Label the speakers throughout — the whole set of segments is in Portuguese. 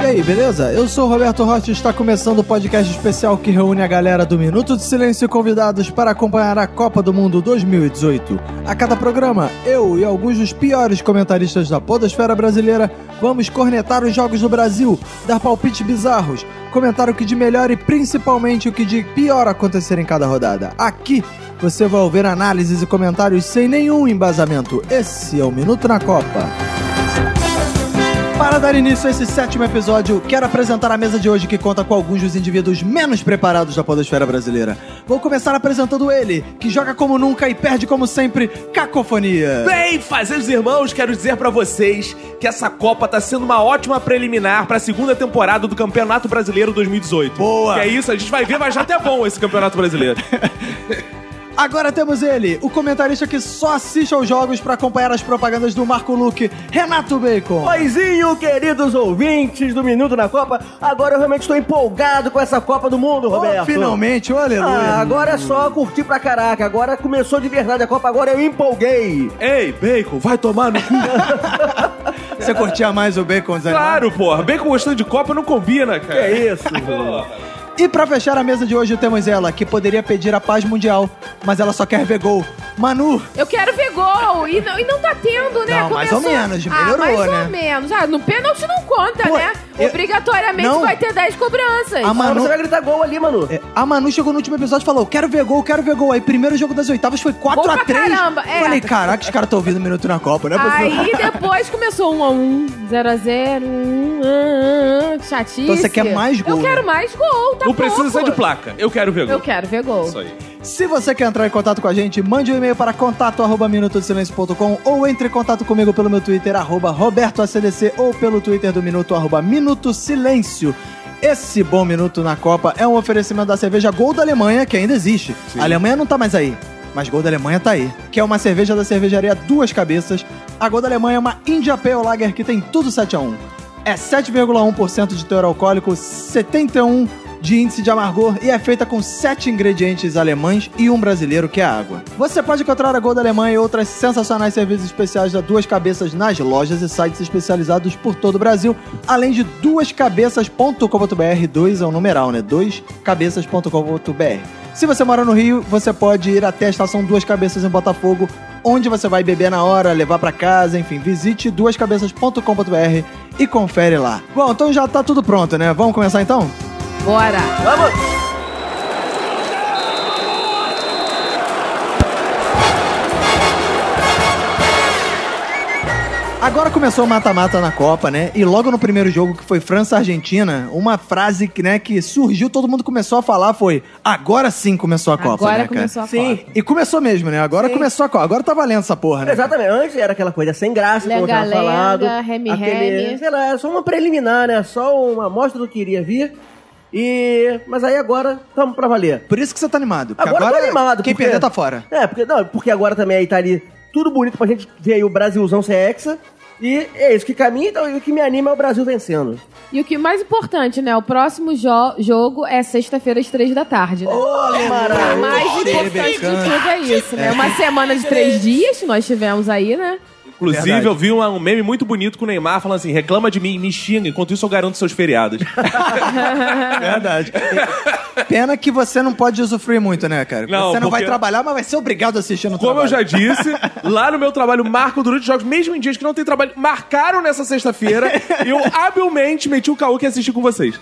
Speaker 1: E aí, beleza? Eu sou o Roberto Rocha e está começando o podcast especial que reúne a galera do Minuto de Silêncio e convidados para acompanhar a Copa do Mundo 2018. A cada programa, eu e alguns dos piores comentaristas da podosfera brasileira vamos cornetar os jogos do Brasil, dar palpites bizarros, comentar o que de melhor e principalmente o que de pior acontecer em cada rodada. Aqui você vai ouvir análises e comentários sem nenhum embasamento. Esse é o Minuto na Copa. Para dar início a esse sétimo episódio, quero apresentar a mesa de hoje que conta com alguns dos indivíduos menos preparados da podosfera brasileira. Vou começar apresentando ele, que joga como nunca e perde como sempre, Cacofonia.
Speaker 2: Bem, fazendo irmãos, quero dizer pra vocês que essa Copa tá sendo uma ótima preliminar pra segunda temporada do Campeonato Brasileiro 2018.
Speaker 1: Boa!
Speaker 2: Que é isso, a gente vai ver, vai já até bom esse Campeonato Brasileiro.
Speaker 1: Agora temos ele, o comentarista que só assiste aos jogos para acompanhar as propagandas do Marco Luque, Renato Bacon.
Speaker 3: Poisinho, queridos ouvintes do Minuto na Copa, agora eu realmente estou empolgado com essa Copa do Mundo,
Speaker 1: Oh,
Speaker 3: Roberto.
Speaker 1: finalmente, oh,
Speaker 3: Ah,
Speaker 1: aleluia.
Speaker 3: agora é só curtir pra caraca. Agora começou de verdade a Copa, agora eu empolguei.
Speaker 2: Ei, Bacon, vai tomar no cu.
Speaker 1: Você curtia mais o Bacon, Zé?
Speaker 2: Claro, porra. Bacon gostando de Copa não combina, cara.
Speaker 3: É isso.
Speaker 1: E pra fechar a mesa de hoje temos ela, que poderia pedir a paz mundial, mas ela só quer ver gol. Manu,
Speaker 4: Eu quero ver gol! E não, e não tá tendo, né?
Speaker 1: Não, mais ou menos,
Speaker 4: ah, mais
Speaker 1: melhorou, né?
Speaker 4: ou menos. Ah, no pênalti não conta,
Speaker 1: Pô,
Speaker 4: né?
Speaker 1: eu-
Speaker 4: Obrigatoriamente
Speaker 1: Não.
Speaker 4: vai ter 10 cobranças.
Speaker 1: A Manu-
Speaker 3: Agora você vai gritar gol ali, Manu.
Speaker 1: é, a Manu chegou no último episódio e falou: quero ver gol, quero ver gol. Aí primeiro jogo das oitavas foi
Speaker 4: Gol pra
Speaker 1: 4x3.
Speaker 4: caramba, é.
Speaker 1: Falei, caraca, os caras estão ouvindo minuto na Copa, né,
Speaker 4: Aí depois começou 1 a 1 0 a 0 1 ah, ah, ah, chatice.
Speaker 1: Então você quer mais gol,
Speaker 4: Eu
Speaker 1: né?
Speaker 4: quero mais gol, tá
Speaker 2: Não precisa
Speaker 4: pouco.
Speaker 2: ser é de placa. Eu quero ver
Speaker 4: Eu
Speaker 2: gol.
Speaker 4: quero ver gol.
Speaker 2: Isso aí.
Speaker 1: Se você quer entrar em contato com a gente, mande um e-mail para contato@minutodesilencio.com ou entre em contato comigo pelo meu Twitter arroba robertoacdc ou pelo Twitter do minuto arroba minuto silêncio. Esse bom minuto na Copa é um oferecimento da cerveja Gol da Alemanha, que ainda existe. A Alemanha não tá mais aí. Mas Gol da Alemanha tá aí. Que é uma cerveja da cervejaria Duas Cabeças. A Gol da Alemanha é uma India Pale Lager que tem tudo 7 a 1 é 7,1% de teor alcoólico, 71 de índice de amargor e é feita com 7 ingredientes alemães e um brasileiro que é água. Você pode encontrar a Gold Alemanha e outras sensacionais serviços especiais da Duas Cabeças nas lojas e sites especializados por todo o Brasil, além de duascabeças.com.br, 2 é um numeral, né? duascabeças.com.br. Se você mora no Rio, você pode ir até a estação Duas Cabeças em Botafogo, onde você vai beber na hora, levar pra casa, enfim, visite duascabeças.com.br e confere lá. Bom, então já tá tudo pronto, né? Vamos começar então?
Speaker 4: Bora.
Speaker 3: Vamos!
Speaker 1: Agora começou o mata-mata na Copa, né? E logo no primeiro jogo, que foi França-Argentina, uma frase que, né, que surgiu, todo mundo começou a falar foi: agora sim começou a Copa,
Speaker 4: Agora
Speaker 1: né,
Speaker 4: começou a
Speaker 1: cara?
Speaker 3: Sim.
Speaker 1: E começou mesmo, né? Agora começou a Copa. Agora tá valendo essa porra, né?
Speaker 3: Exatamente, antes era aquela coisa sem graça, como eu
Speaker 4: Lenga,
Speaker 3: tava falado.
Speaker 4: lenga, reme, reme.
Speaker 3: Sei lá, era só uma preliminar, né? Só uma amostra do que iria vir. E. Mas aí agora, tamo pra valer.
Speaker 1: Por isso que você tá animado. porque
Speaker 3: Agora, eu tô animado.
Speaker 1: Quem
Speaker 3: porque-
Speaker 1: perder tá fora.
Speaker 3: É, porque, não, porque agora também aí tá ali tudo bonito pra gente ver aí o Brasilzão ser hexa. E é isso que caminha então, e o que me anima é o Brasil vencendo.
Speaker 4: E o que mais importante, né? O próximo jo- jogo é sexta-feira às três da tarde, né? O
Speaker 3: Maravilha.
Speaker 4: mais importante de tudo é isso, né? Uma semana de três dias que nós tivemos aí, né?
Speaker 2: Inclusive,
Speaker 1: Verdade.
Speaker 2: eu vi um, um meme muito bonito com o Neymar falando assim: reclama de mim, me xinga, enquanto isso eu garanto seus feriados.
Speaker 1: Verdade. Pena que você não pode usufruir muito, né, cara?
Speaker 2: Não,
Speaker 1: você não vai
Speaker 2: porque-
Speaker 1: trabalhar, mas vai ser obrigado a assistir no
Speaker 2: Como eu
Speaker 1: trabalho.
Speaker 2: já disse, lá no meu trabalho marcam durante os jogos, mesmo em dias que não tem trabalho, marcaram nessa sexta-feira e eu habilmente meti o caô que assisti com vocês.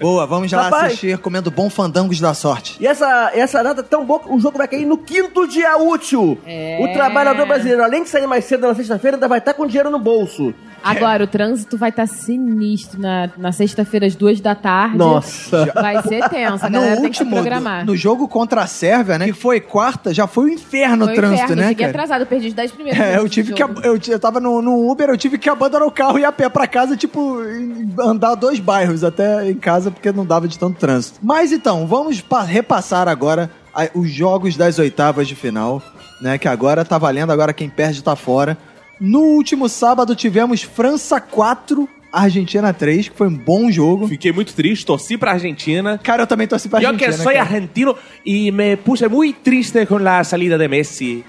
Speaker 1: Boa, vamos já
Speaker 3: Rapaz.
Speaker 1: assistir comendo bom fandangos da sorte.
Speaker 3: E essa, essa data tão boa, o jogo vai cair no quinto dia útil.
Speaker 4: É.
Speaker 3: O trabalhador brasileiro, além de sair mais cedo na sexta-feira, ainda vai estar com dinheiro no bolso.
Speaker 1: É.
Speaker 4: Agora, o trânsito vai estar sinistro na, na sexta-feira às duas da tarde.
Speaker 3: Nossa.
Speaker 4: Vai ser tenso,
Speaker 1: Ah,
Speaker 4: a galera tem que se programar.
Speaker 1: no jogo contra a Sérvia, né, que foi quarta, já foi um inferno
Speaker 4: Foi
Speaker 1: o
Speaker 4: um
Speaker 1: trânsito,
Speaker 4: inferno,
Speaker 1: né,
Speaker 4: cheguei
Speaker 1: cara?
Speaker 4: atrasado, perdi os 10 primeiros.
Speaker 1: É, eu
Speaker 4: minutos
Speaker 1: tive
Speaker 4: do
Speaker 1: que.
Speaker 4: jogo.
Speaker 1: ab- Eu, ti- eu tava no, no Uber, eu tive que abandonar o carro e ir a pé pra casa, tipo, em- andar dois bairros até em casa, porque não dava de tanto trânsito. Mas então, vamos pa- repassar agora a- os jogos das oitavas de final, né? Que agora tá valendo, agora quem perde tá fora. No último sábado tivemos França 4, Argentina 3, que foi um bom jogo.
Speaker 2: Fiquei muito triste, torci pra Argentina.
Speaker 1: Cara, eu também torci pra
Speaker 2: Yo
Speaker 1: Argentina.
Speaker 2: que é soy
Speaker 1: cara.
Speaker 2: argentino y me puse muy triste con la salida de Messi.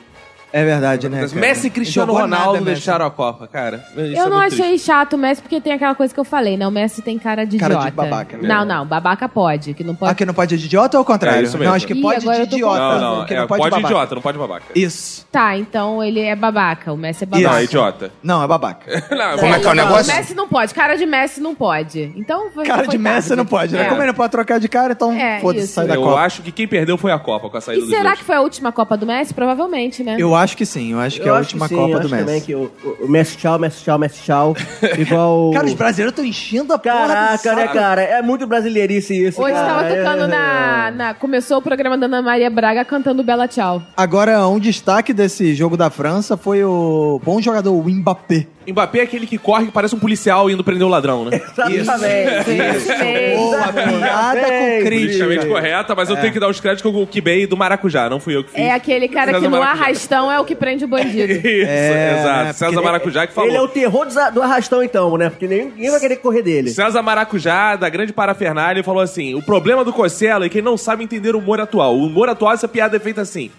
Speaker 1: É verdade, né? cara?
Speaker 2: Messi e Cristiano
Speaker 1: Jogou nada,
Speaker 2: Ronaldo
Speaker 1: Messi.
Speaker 2: deixaram a Copa, cara. Isso é
Speaker 4: eu não
Speaker 2: muito triste.
Speaker 4: achei chato o Messi, porque tem aquela coisa que eu falei, né? O Messi tem cara de
Speaker 1: Cara de
Speaker 4: idiota.
Speaker 1: babaca, né?
Speaker 4: Não, não, babaca pode, que não
Speaker 1: Ah,
Speaker 4: pode.
Speaker 1: que não pode de idiota ou ao contrário?
Speaker 2: É, isso mesmo.
Speaker 1: Não, acho que
Speaker 4: Ih,
Speaker 1: pode
Speaker 4: agora
Speaker 1: de
Speaker 4: eu tô
Speaker 1: idiota.
Speaker 2: Não, não,
Speaker 1: que
Speaker 2: é,
Speaker 1: não pode,
Speaker 2: pode,
Speaker 1: de babaca.
Speaker 2: idiota, não pode babaca.
Speaker 1: Isso.
Speaker 4: Tá, então ele é babaca, o Messi é
Speaker 2: Não,
Speaker 4: babaca.
Speaker 2: é idiota.
Speaker 1: Não, é babaca.
Speaker 2: Não,
Speaker 5: Como é que é o negócio?
Speaker 4: Messi não pode, cara de Messi não pode. Então foi-
Speaker 1: Cara
Speaker 4: foi
Speaker 1: de Messi
Speaker 4: tarde.
Speaker 1: não pode, né?
Speaker 2: É.
Speaker 1: Como ele não pode trocar de cara, então
Speaker 4: É,
Speaker 1: foda-se,
Speaker 4: isso.
Speaker 1: sai da
Speaker 2: eu
Speaker 1: Copa.
Speaker 2: acho que quem perdeu foi a Copa com a saída
Speaker 4: E
Speaker 2: do
Speaker 4: será que foi a última Copa do Messi? Provavelmente, né?
Speaker 1: Eu acho que sim, eu acho que é
Speaker 3: Eu
Speaker 1: a
Speaker 3: acho
Speaker 1: última
Speaker 3: que sim, eu
Speaker 1: Copa
Speaker 3: acho
Speaker 1: do
Speaker 3: também é
Speaker 1: Messi.
Speaker 3: que o, o- o Messi tchau, Messi tchau, Messi tchau. Igual.
Speaker 1: Cara, os brasileiros estão enchendo a porra do
Speaker 3: Caraca,
Speaker 1: saco.
Speaker 3: né, cara? É muito brasileirice isso.
Speaker 4: Hoje
Speaker 3: cara.
Speaker 4: tava
Speaker 3: É,
Speaker 4: tocando
Speaker 3: é,
Speaker 4: na, na- Começou o programa da Ana Maria Braga cantando Bela Tchau.
Speaker 1: Agora, um destaque desse jogo da França foi o bom jogador o Mbappé.
Speaker 2: Mbappé é aquele que corre que parece um policial indo prender o ladrão, né?
Speaker 3: Exatamente.
Speaker 4: Isso mesmo.
Speaker 1: Boa, piada
Speaker 3: Bem,
Speaker 1: com
Speaker 2: Politicamente
Speaker 1: crítica.
Speaker 2: correta, mas eu
Speaker 1: É.
Speaker 2: tenho que dar os créditos com o Kibei do Maracujá, não fui eu que fiz.
Speaker 4: É aquele cara
Speaker 2: César
Speaker 4: que no
Speaker 2: Maracujá.
Speaker 4: arrastão é o que prende o bandido.
Speaker 2: Isso,
Speaker 1: É,
Speaker 2: exato.
Speaker 1: né,
Speaker 2: César Maracujá que falou.
Speaker 3: Ele é o terror dos- do arrastão, então, né? Porque ninguém, ninguém vai querer correr dele.
Speaker 2: César Maracujá, da grande parafernália, falou assim: o problema do Cossela é que ele não sabe entender o humor atual. O humor atual, essa piada é feita assim.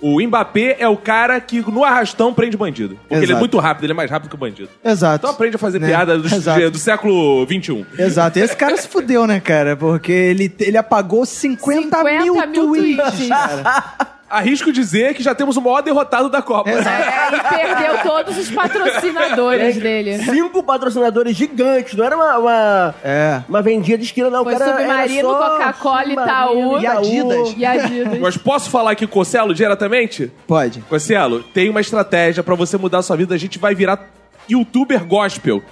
Speaker 2: O Mbappé é o cara que no arrastão prende bandido. Porque ele é
Speaker 1: Exato.
Speaker 2: muito rápido, ele é mais rápido que o bandido.
Speaker 1: Exato.
Speaker 2: Então aprende a fazer
Speaker 1: Né?
Speaker 2: piada do,
Speaker 1: Exato.
Speaker 2: do século um. XXI.
Speaker 1: Exato. E esse cara se fudeu, né, cara? Porque ele, ele apagou 50,
Speaker 4: 50
Speaker 1: mil,
Speaker 4: mil
Speaker 1: tweets.
Speaker 4: tweets.
Speaker 1: cara.
Speaker 2: Arrisco dizer que já temos o maior derrotado da Copa.
Speaker 4: É, e perdeu todos os patrocinadores
Speaker 2: É.
Speaker 4: dele.
Speaker 3: Cinco patrocinadores gigantes, não era uma, uma,
Speaker 1: É.
Speaker 3: uma vendinha de esquina, não. O
Speaker 4: Foi
Speaker 3: cara era
Speaker 4: Submarino,
Speaker 3: só
Speaker 4: Coca-Cola,
Speaker 3: Submarino,
Speaker 4: Itaú.
Speaker 1: E Adidas.
Speaker 4: E Adidas.
Speaker 2: Mas posso falar aqui com o Cocelo diretamente?
Speaker 1: Pode.
Speaker 2: Cocelo, tem uma estratégia pra você mudar a sua vida. A gente vai virar youtuber gospel.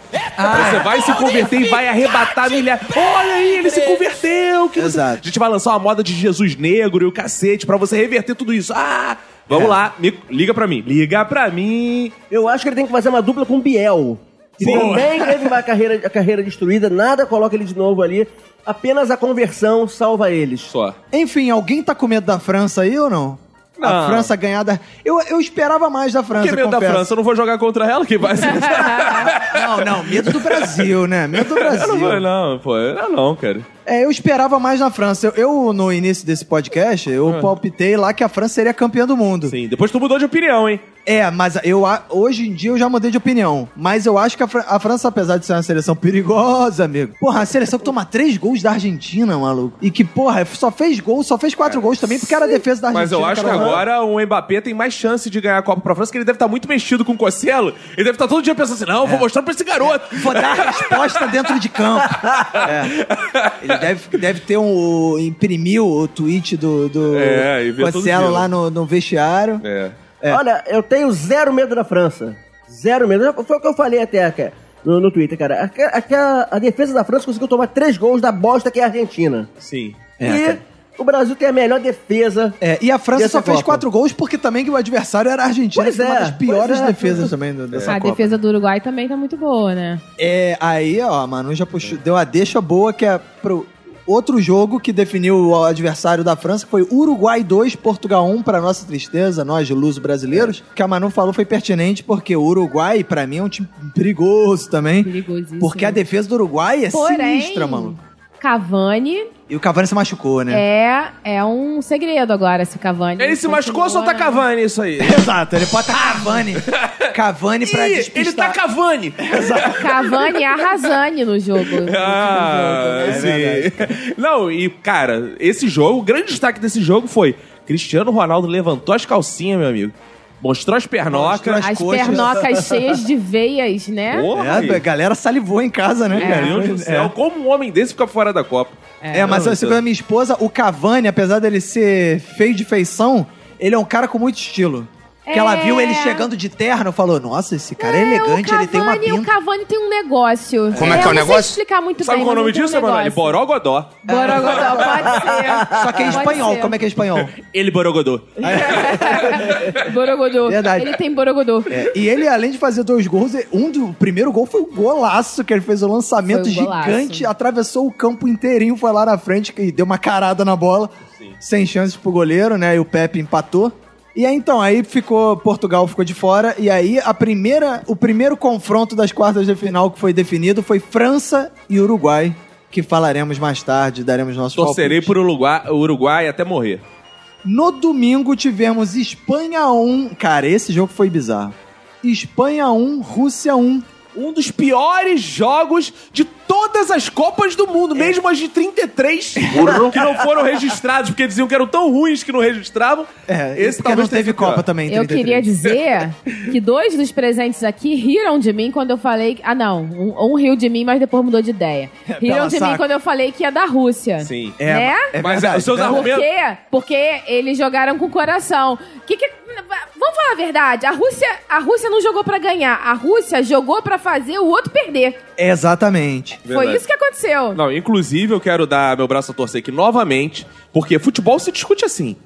Speaker 2: você vai se converter e vai arrebatar milhares. Olha aí, ele se
Speaker 3: É
Speaker 2: converteu. que não sei-
Speaker 1: Exato.
Speaker 2: A gente vai lançar uma moda de Jesus negro e o cacete pra você reverter tudo isso. Ah, vamos
Speaker 1: É.
Speaker 2: lá. me- Liga pra mim. Liga pra mim.
Speaker 3: Eu acho que ele tem que fazer uma dupla com o Biel. Que
Speaker 2: Sim.
Speaker 3: também teve uma carreira, a carreira destruída, nada coloca ele de novo ali. Apenas a conversão salva eles.
Speaker 2: Só.
Speaker 1: Enfim, alguém tá com medo da França aí ou não? A
Speaker 2: Não.
Speaker 1: França ganhada. Eu, eu esperava mais da França.
Speaker 2: Que medo da
Speaker 1: confesso.
Speaker 2: França, eu não vou jogar contra ela, que vai ser.
Speaker 1: Não, não, medo do Brasil, né? Medo do
Speaker 2: eu
Speaker 1: Brasil.
Speaker 2: não vou, não, pô. Eu não, cara.
Speaker 1: É, eu esperava mais na França. Eu, eu, no início desse podcast, eu palpitei lá que a França seria campeã do mundo.
Speaker 2: Ah. Sim, depois tu mudou de opinião, hein?
Speaker 1: É, mas eu a- hoje em dia eu já mudei de opinião. Mas eu acho que a, Fra- a França, apesar de ser uma seleção perigosa, amigo. Porra, a seleção que toma três gols da Argentina, maluco. E que, porra, só fez gol, só fez quatro gols também, porque era a defesa da Argentina.
Speaker 2: Mas eu acho que
Speaker 1: cara.
Speaker 2: agora o Mbappé tem mais chance de ganhar a Copa pra França, que ele deve estar muito mexido com o Cosselo. Ele deve estar todo dia pensando assim: não,
Speaker 1: É.
Speaker 2: eu vou mostrar pra esse garoto.
Speaker 1: Vou dar a resposta dentro de campo. É. Ele deve, deve ter um. imprimir o tweet do, do
Speaker 2: É, e ver todo
Speaker 1: Marcelo
Speaker 2: dia.
Speaker 1: lá no, no vestiário.
Speaker 2: É.
Speaker 3: Olha, eu tenho zero medo da França. Zero medo. Já Foi o que eu falei até cara, no, no Twitter, cara. Aquela, aquela- a defesa da França conseguiu tomar três gols da bosta que é a Argentina.
Speaker 2: Sim.
Speaker 1: É,
Speaker 3: e
Speaker 1: cara.
Speaker 3: o Brasil tem a melhor defesa.
Speaker 1: É, e a França
Speaker 3: E essa
Speaker 1: só fez
Speaker 3: Copa?
Speaker 1: quatro gols porque também que o adversário era a Argentina,
Speaker 3: Pois
Speaker 1: que é uma
Speaker 3: é,
Speaker 1: das piores
Speaker 3: pois é.
Speaker 1: defesas também do- dessa
Speaker 4: A
Speaker 1: Copa.
Speaker 4: defesa do Uruguai também tá muito boa, né?
Speaker 1: É, aí, ó, a Manu já puxou, deu a deixa boa que é pro outro jogo que definiu o adversário da França, que foi Uruguai 2, Portugal 1, pra nossa tristeza, nós luso brasileiros, que a Manu falou foi pertinente porque o Uruguai, pra mim, é um time perigoso também.
Speaker 4: Perigosíssimo.
Speaker 1: Porque a defesa do Uruguai é
Speaker 4: Porém,
Speaker 1: sinistra, mano.
Speaker 4: Cavani
Speaker 1: E o Cavani se machucou, né?
Speaker 4: é, é um segredo agora, se o Cavani.
Speaker 2: Ele se machucou ou só tá
Speaker 4: Cavani?
Speaker 2: Cavani isso aí?
Speaker 1: Exato, ele pode estar Cavani. Cavani pra
Speaker 2: Ih,
Speaker 1: despistar.
Speaker 2: ele tá Cavani!
Speaker 4: Cavani e Arrasane no jogo.
Speaker 2: Ah,
Speaker 1: É
Speaker 2: sim. Não, e cara, esse jogo, o grande destaque desse jogo foi Cristiano Ronaldo levantou as calcinhas, meu amigo. Mostrou as
Speaker 1: Mostrou
Speaker 2: pernocas.
Speaker 1: as
Speaker 4: As
Speaker 1: coxas.
Speaker 4: pernocas cheias de veias, né?
Speaker 2: Porra,
Speaker 1: É, a
Speaker 2: aí.
Speaker 1: galera salivou em casa, né, cara?
Speaker 2: Meu Deus do céu, como um homem desse fica fora da Copa?
Speaker 1: É, mas
Speaker 2: Não,
Speaker 1: você vê a minha esposa, o Cavani, apesar dele ser feio de feição, ele é um cara com muito estilo. Que ela
Speaker 4: É.
Speaker 1: viu ele chegando de terno e falou: Nossa, esse cara é, elegante, ele tem uma
Speaker 4: O
Speaker 1: pinta.
Speaker 4: Cavani tem um negócio.
Speaker 5: Como é que é o
Speaker 4: Eu não sei
Speaker 5: negócio?
Speaker 4: explicar muito
Speaker 2: Sabe
Speaker 4: bem,
Speaker 2: qual é o
Speaker 4: mas
Speaker 2: nome
Speaker 4: ele tem um
Speaker 2: disso, Emanuele?
Speaker 4: negócio.
Speaker 2: Borogodó.
Speaker 4: Borogodó, pode ser.
Speaker 1: Só que é em espanhol, como é que é em espanhol?
Speaker 2: Ele Borogodó.
Speaker 4: que... Borogodô.
Speaker 1: é? Verdade.
Speaker 4: Ele tem borogodô.
Speaker 1: É, e ele, além de fazer dois gols, um do, o primeiro gol foi um golaço que ele fez o lançamento
Speaker 4: Foi um golaço.
Speaker 1: gigante, atravessou o campo inteirinho, foi lá na frente e deu uma carada na bola, sem chances pro goleiro, né? E o Pepe empatou. E aí, então, aí ficou, Portugal ficou de fora, e aí a primeira, o primeiro confronto das quartas de final que foi definido foi França e Uruguai, que falaremos mais tarde, daremos nossos
Speaker 2: Torcerei
Speaker 1: palpites.
Speaker 2: por Uruguai, Uruguai até morrer.
Speaker 1: No domingo tivemos Espanha 1. Cara, esse jogo foi bizarro. Espanha 1, Rússia 1.
Speaker 2: Um dos piores jogos de todas as Copas do Mundo, mesmo as de 33, que não foram registrados, porque diziam que eram tão ruins que não registravam.
Speaker 1: É, esse porque
Speaker 2: talvez
Speaker 1: não
Speaker 2: tenha
Speaker 1: teve
Speaker 2: sido pior.
Speaker 1: Copa também. em
Speaker 4: Eu
Speaker 1: 33.
Speaker 4: queria dizer que dois dos presentes aqui riram de mim quando eu falei. Ah, não. Um, um riu de mim, mas depois mudou de ideia. Riram
Speaker 1: pela
Speaker 4: de mim
Speaker 1: saco.
Speaker 4: quando eu falei que ia da Rússia.
Speaker 2: Sim.
Speaker 1: É,
Speaker 4: Né?
Speaker 1: é
Speaker 2: Mas ah,
Speaker 1: verdade,
Speaker 2: os seus
Speaker 1: é
Speaker 4: Por
Speaker 2: argumentos.
Speaker 4: quê? Porque eles jogaram com o coração. Que que- Vamos falar a verdade. A Rússia, a Rússia não jogou pra ganhar. A Rússia jogou pra fazer o outro perder.
Speaker 1: Exatamente.
Speaker 2: Verdade.
Speaker 4: Foi isso que aconteceu.
Speaker 2: Não, inclusive eu quero dar meu braço a torcer aqui novamente, porque futebol se discute assim.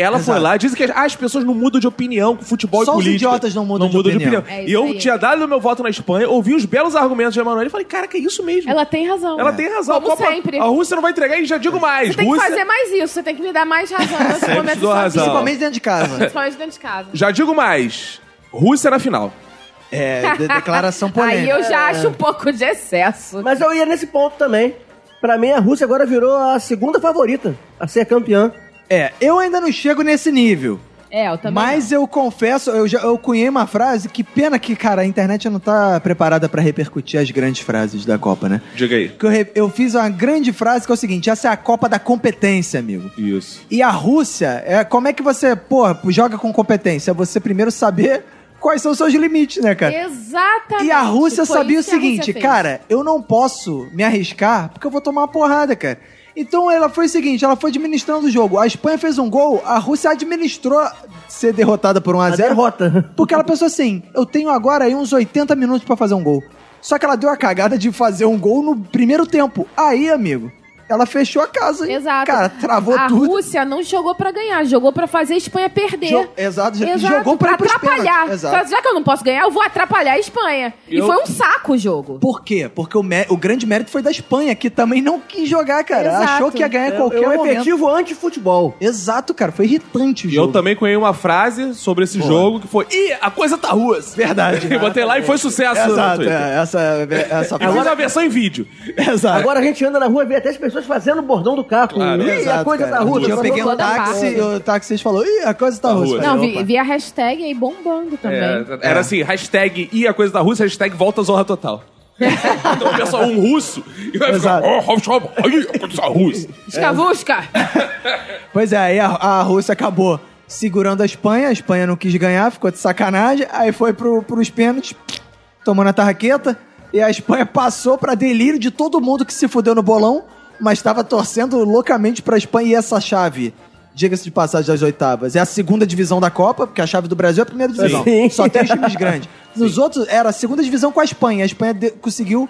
Speaker 2: Ela foi
Speaker 1: Exato.
Speaker 2: lá, dizem que as, ah, as pessoas não mudam de opinião com futebol
Speaker 1: Só
Speaker 2: e
Speaker 1: os
Speaker 2: política.
Speaker 1: idiotas não mudam de opinião.
Speaker 4: É isso
Speaker 2: e eu
Speaker 4: aí.
Speaker 2: tinha dado meu voto na Espanha, ouvi os belos argumentos de Emanuel e falei, cara, que é isso mesmo.
Speaker 4: Ela tem razão.
Speaker 2: Ela tem razão.
Speaker 4: Como
Speaker 2: a, Copa-
Speaker 4: sempre.
Speaker 2: a Rússia não vai entregar e já digo mais.
Speaker 4: Você tem que
Speaker 2: Rússia,
Speaker 4: fazer mais isso. Você tem que me dar mais razão nesse
Speaker 2: Sempre
Speaker 4: momento.
Speaker 2: te
Speaker 4: da
Speaker 2: dou
Speaker 4: sua
Speaker 2: razão.
Speaker 4: vida.
Speaker 1: Principalmente dentro de casa.
Speaker 4: Principalmente dentro de casa.
Speaker 2: Já digo mais. Rússia na final.
Speaker 1: é, de- declaração polêmica.
Speaker 4: Aí eu já acho um pouco de excesso.
Speaker 3: Mas eu ia nesse ponto também. Pra mim, a Rússia agora virou a segunda favorita a ser campeã.
Speaker 1: É, eu ainda não chego nesse nível.
Speaker 4: É, eu também.
Speaker 1: Mas eu confesso, eu, já, eu cunhei uma frase que pena que, cara, a internet não tá preparada pra repercutir as grandes frases da Copa, né?
Speaker 2: Diga aí.
Speaker 1: Que eu, re- eu fiz uma grande frase que é o seguinte: essa é a Copa da competência, amigo.
Speaker 2: Isso.
Speaker 1: E a Rússia, é, como é que você, porra, joga com competência? Você primeiro saber quais são os seus limites, né, cara?
Speaker 4: Exatamente.
Speaker 1: E a Rússia
Speaker 4: Foi
Speaker 1: sabia o
Speaker 4: isso que a Rússia
Speaker 1: seguinte,
Speaker 4: fez.
Speaker 1: cara, eu não posso me arriscar porque eu vou tomar uma porrada, cara. Então ela foi o seguinte, ela foi administrando o jogo. A Espanha fez um gol, a Rússia administrou ser derrotada por 1 a
Speaker 3: A
Speaker 1: 0
Speaker 3: derrota.
Speaker 1: porque ela pensou assim, eu tenho agora aí uns 80 minutos pra fazer um gol. Só que ela deu a cagada de fazer um gol no primeiro tempo. Aí, amigo, ela fechou a casa. e,
Speaker 4: Exato.
Speaker 1: Cara, travou
Speaker 4: a
Speaker 1: tudo.
Speaker 4: Rússia não jogou pra ganhar, jogou pra fazer a Espanha perder.
Speaker 1: Jo- exato, jo- jogou pra
Speaker 4: pra
Speaker 1: ir pros
Speaker 4: atrapalhar.
Speaker 1: pênaltis, exato.
Speaker 4: Já que eu não posso ganhar, eu vou atrapalhar a Espanha. E
Speaker 2: Eu-
Speaker 4: foi um saco o jogo.
Speaker 1: Por quê? Porque o, mé- o grande mérito foi da Espanha, que também não quis jogar, cara.
Speaker 4: Exato.
Speaker 1: Achou que ia ganhar em
Speaker 3: É
Speaker 1: qualquer
Speaker 3: um
Speaker 1: momento.
Speaker 3: efetivo anti-futebol.
Speaker 1: Exato, cara. Foi irritante o
Speaker 2: E
Speaker 1: jogo.
Speaker 2: eu também cunhei uma frase sobre esse jogo que foi: Ih, a coisa tá russa.
Speaker 1: Verdade.
Speaker 2: Eu Botei lá e foi sucesso. no
Speaker 1: Exato,
Speaker 2: Twitter.
Speaker 1: é, essa, essa
Speaker 2: Eu fiz
Speaker 1: frase.
Speaker 2: a versão em vídeo.
Speaker 1: Exato.
Speaker 3: Agora a gente anda na rua e vê até as pessoas fazendo o bordão do carro.
Speaker 2: Claro,
Speaker 3: Ih,
Speaker 1: Exato,
Speaker 3: a coisa
Speaker 1: cara.
Speaker 3: da
Speaker 1: Outro
Speaker 3: rua.
Speaker 1: dia Eu
Speaker 4: Só
Speaker 1: peguei um
Speaker 4: botou da
Speaker 1: táxi
Speaker 4: parte.
Speaker 1: e o taxista falou, ih, a coisa tá
Speaker 2: Tá
Speaker 1: russa.
Speaker 2: russa.
Speaker 1: Falei,
Speaker 4: Não, vi,
Speaker 1: "Opa."
Speaker 4: vi a hashtag aí bombando também.
Speaker 2: É, era assim, hashtag e a coisa da Rússia, hashtag volta à zorra total. então o pessoal, um russo, e vai ficar,
Speaker 1: Exato.
Speaker 2: oh, Robson, aí, a coisa da Rússia.
Speaker 4: Escavusca!
Speaker 1: Pois é, aí a, a Rússia acabou segurando a Espanha, a Espanha não quis ganhar, ficou de sacanagem, aí foi pro, pros pênaltis, tomando a tarraqueta, e a Espanha passou pra delírio de todo mundo que se fudeu no bolão, mas tava torcendo loucamente pra Espanha e essa chave. Diga-se de passagem das oitavas. É a segunda divisão da Copa, porque a chave do Brasil é a primeira divisão.
Speaker 3: Sim.
Speaker 1: Só tem os times grandes. Nos outros, era a segunda divisão com a Espanha. A Espanha de- conseguiu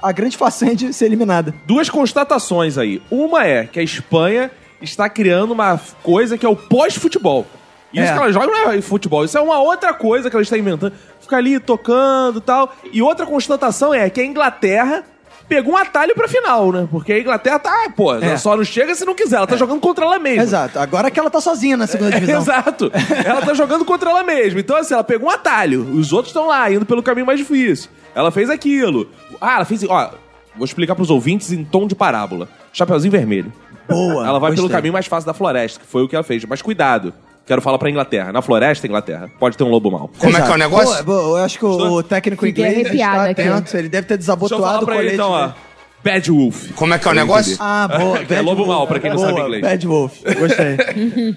Speaker 1: a grande façanha de ser eliminada.
Speaker 2: Duas constatações aí. Uma é que a Espanha está criando uma coisa que é o pós-futebol. Isso
Speaker 1: É.
Speaker 2: que ela joga não é futebol, isso é uma outra coisa que ela está inventando. Fica ali tocando e tal. E outra constatação é que a Inglaterra pegou um atalho pra final, né? Porque a Inglaterra tá, ah, pô,
Speaker 1: É.
Speaker 2: só não chega se não quiser. Ela tá jogando contra ela mesma.
Speaker 1: Exato. Agora que ela tá sozinha na segunda divisão.
Speaker 2: Exato. Ela tá jogando contra ela mesma. Então, assim, ela pegou um atalho. Os outros estão lá, indo pelo caminho mais difícil. Ela fez aquilo. Ah, ela fez. Ó, vou explicar pros ouvintes em tom de parábola. Chapeuzinho vermelho.
Speaker 1: Boa.
Speaker 2: ela vai pelo
Speaker 1: gostei.
Speaker 2: caminho mais fácil da floresta, que foi o que ela fez. Mas cuidado. Quero falar pra Inglaterra. Na floresta, Inglaterra, pode ter um lobo mau.
Speaker 5: Como é que é o negócio?
Speaker 1: Boa, boa. eu acho que o, o técnico
Speaker 4: Fiquei
Speaker 1: inglês está
Speaker 4: arrepiada aqui.
Speaker 1: atento. Ele deve ter
Speaker 2: Deixa eu falar
Speaker 1: desabotoado o
Speaker 2: pra
Speaker 1: colete. né?
Speaker 2: ele, então, ó.
Speaker 1: dele.
Speaker 2: Bad Wolf.
Speaker 5: Como é que é o
Speaker 2: Eu
Speaker 5: negócio?
Speaker 2: entendi.
Speaker 1: Ah, boa.
Speaker 2: É lobo mau, pra quem não
Speaker 1: Boa,
Speaker 2: sabe inglês.
Speaker 1: Bad Wolf. Gostei.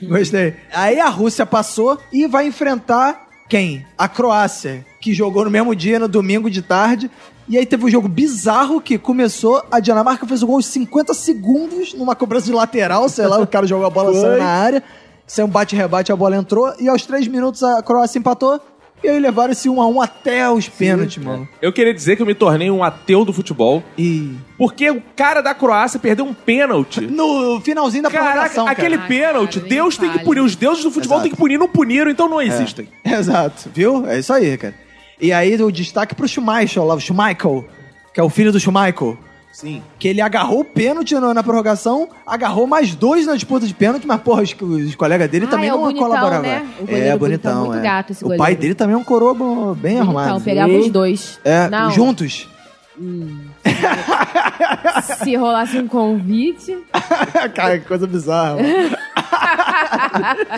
Speaker 1: Gostei. Aí a Rússia passou e vai enfrentar quem? A Croácia, que jogou no mesmo dia, no domingo de tarde. E aí teve um jogo bizarro que começou, a Dinamarca fez o gol aos 50 segundos numa cobrança de lateral, sei lá, o cara jogou a bola saiu na área, saiu um bate-rebate, a bola entrou, e aos 3 minutos a Croácia empatou, e aí levaram esse 1 a 1 até os pênaltis, mano.
Speaker 2: Eu queria dizer que eu me tornei um ateu do futebol,
Speaker 1: E
Speaker 2: porque o cara da Croácia perdeu um pênalti.
Speaker 1: no finalzinho da
Speaker 2: Caraca,
Speaker 1: prorrogação, cara.
Speaker 2: aquele
Speaker 4: Ai,
Speaker 2: pênalti,
Speaker 4: cara, nem
Speaker 2: Deus tem que
Speaker 4: fale.
Speaker 2: punir. Os deuses do futebol
Speaker 1: Exato. É.
Speaker 2: têm que punir, não puniram, então não existem.
Speaker 1: Exato, viu? É isso aí, cara. E aí o destaque pro Schumacher lá, o Schumacher, que é o filho do Schumacher,
Speaker 2: Sim.
Speaker 1: Que ele agarrou o pênalti na, na prorrogação, agarrou mais dois na disputa de pênalti, mas, porra, os, os colegas dele
Speaker 4: Ah,
Speaker 1: também
Speaker 4: é o
Speaker 1: não
Speaker 4: bonitão,
Speaker 1: colaboraram.
Speaker 4: né? O
Speaker 1: É,
Speaker 4: goleiro bonitão, muito gato
Speaker 1: o
Speaker 4: esse goleiro.
Speaker 1: pai dele também é um coroa bo- bem
Speaker 4: Então,
Speaker 1: arrumado.
Speaker 4: pegava os dois.
Speaker 1: É,
Speaker 4: Não,
Speaker 1: juntos.
Speaker 4: se rolasse um convite.
Speaker 1: Cara, que coisa bizarra. mano.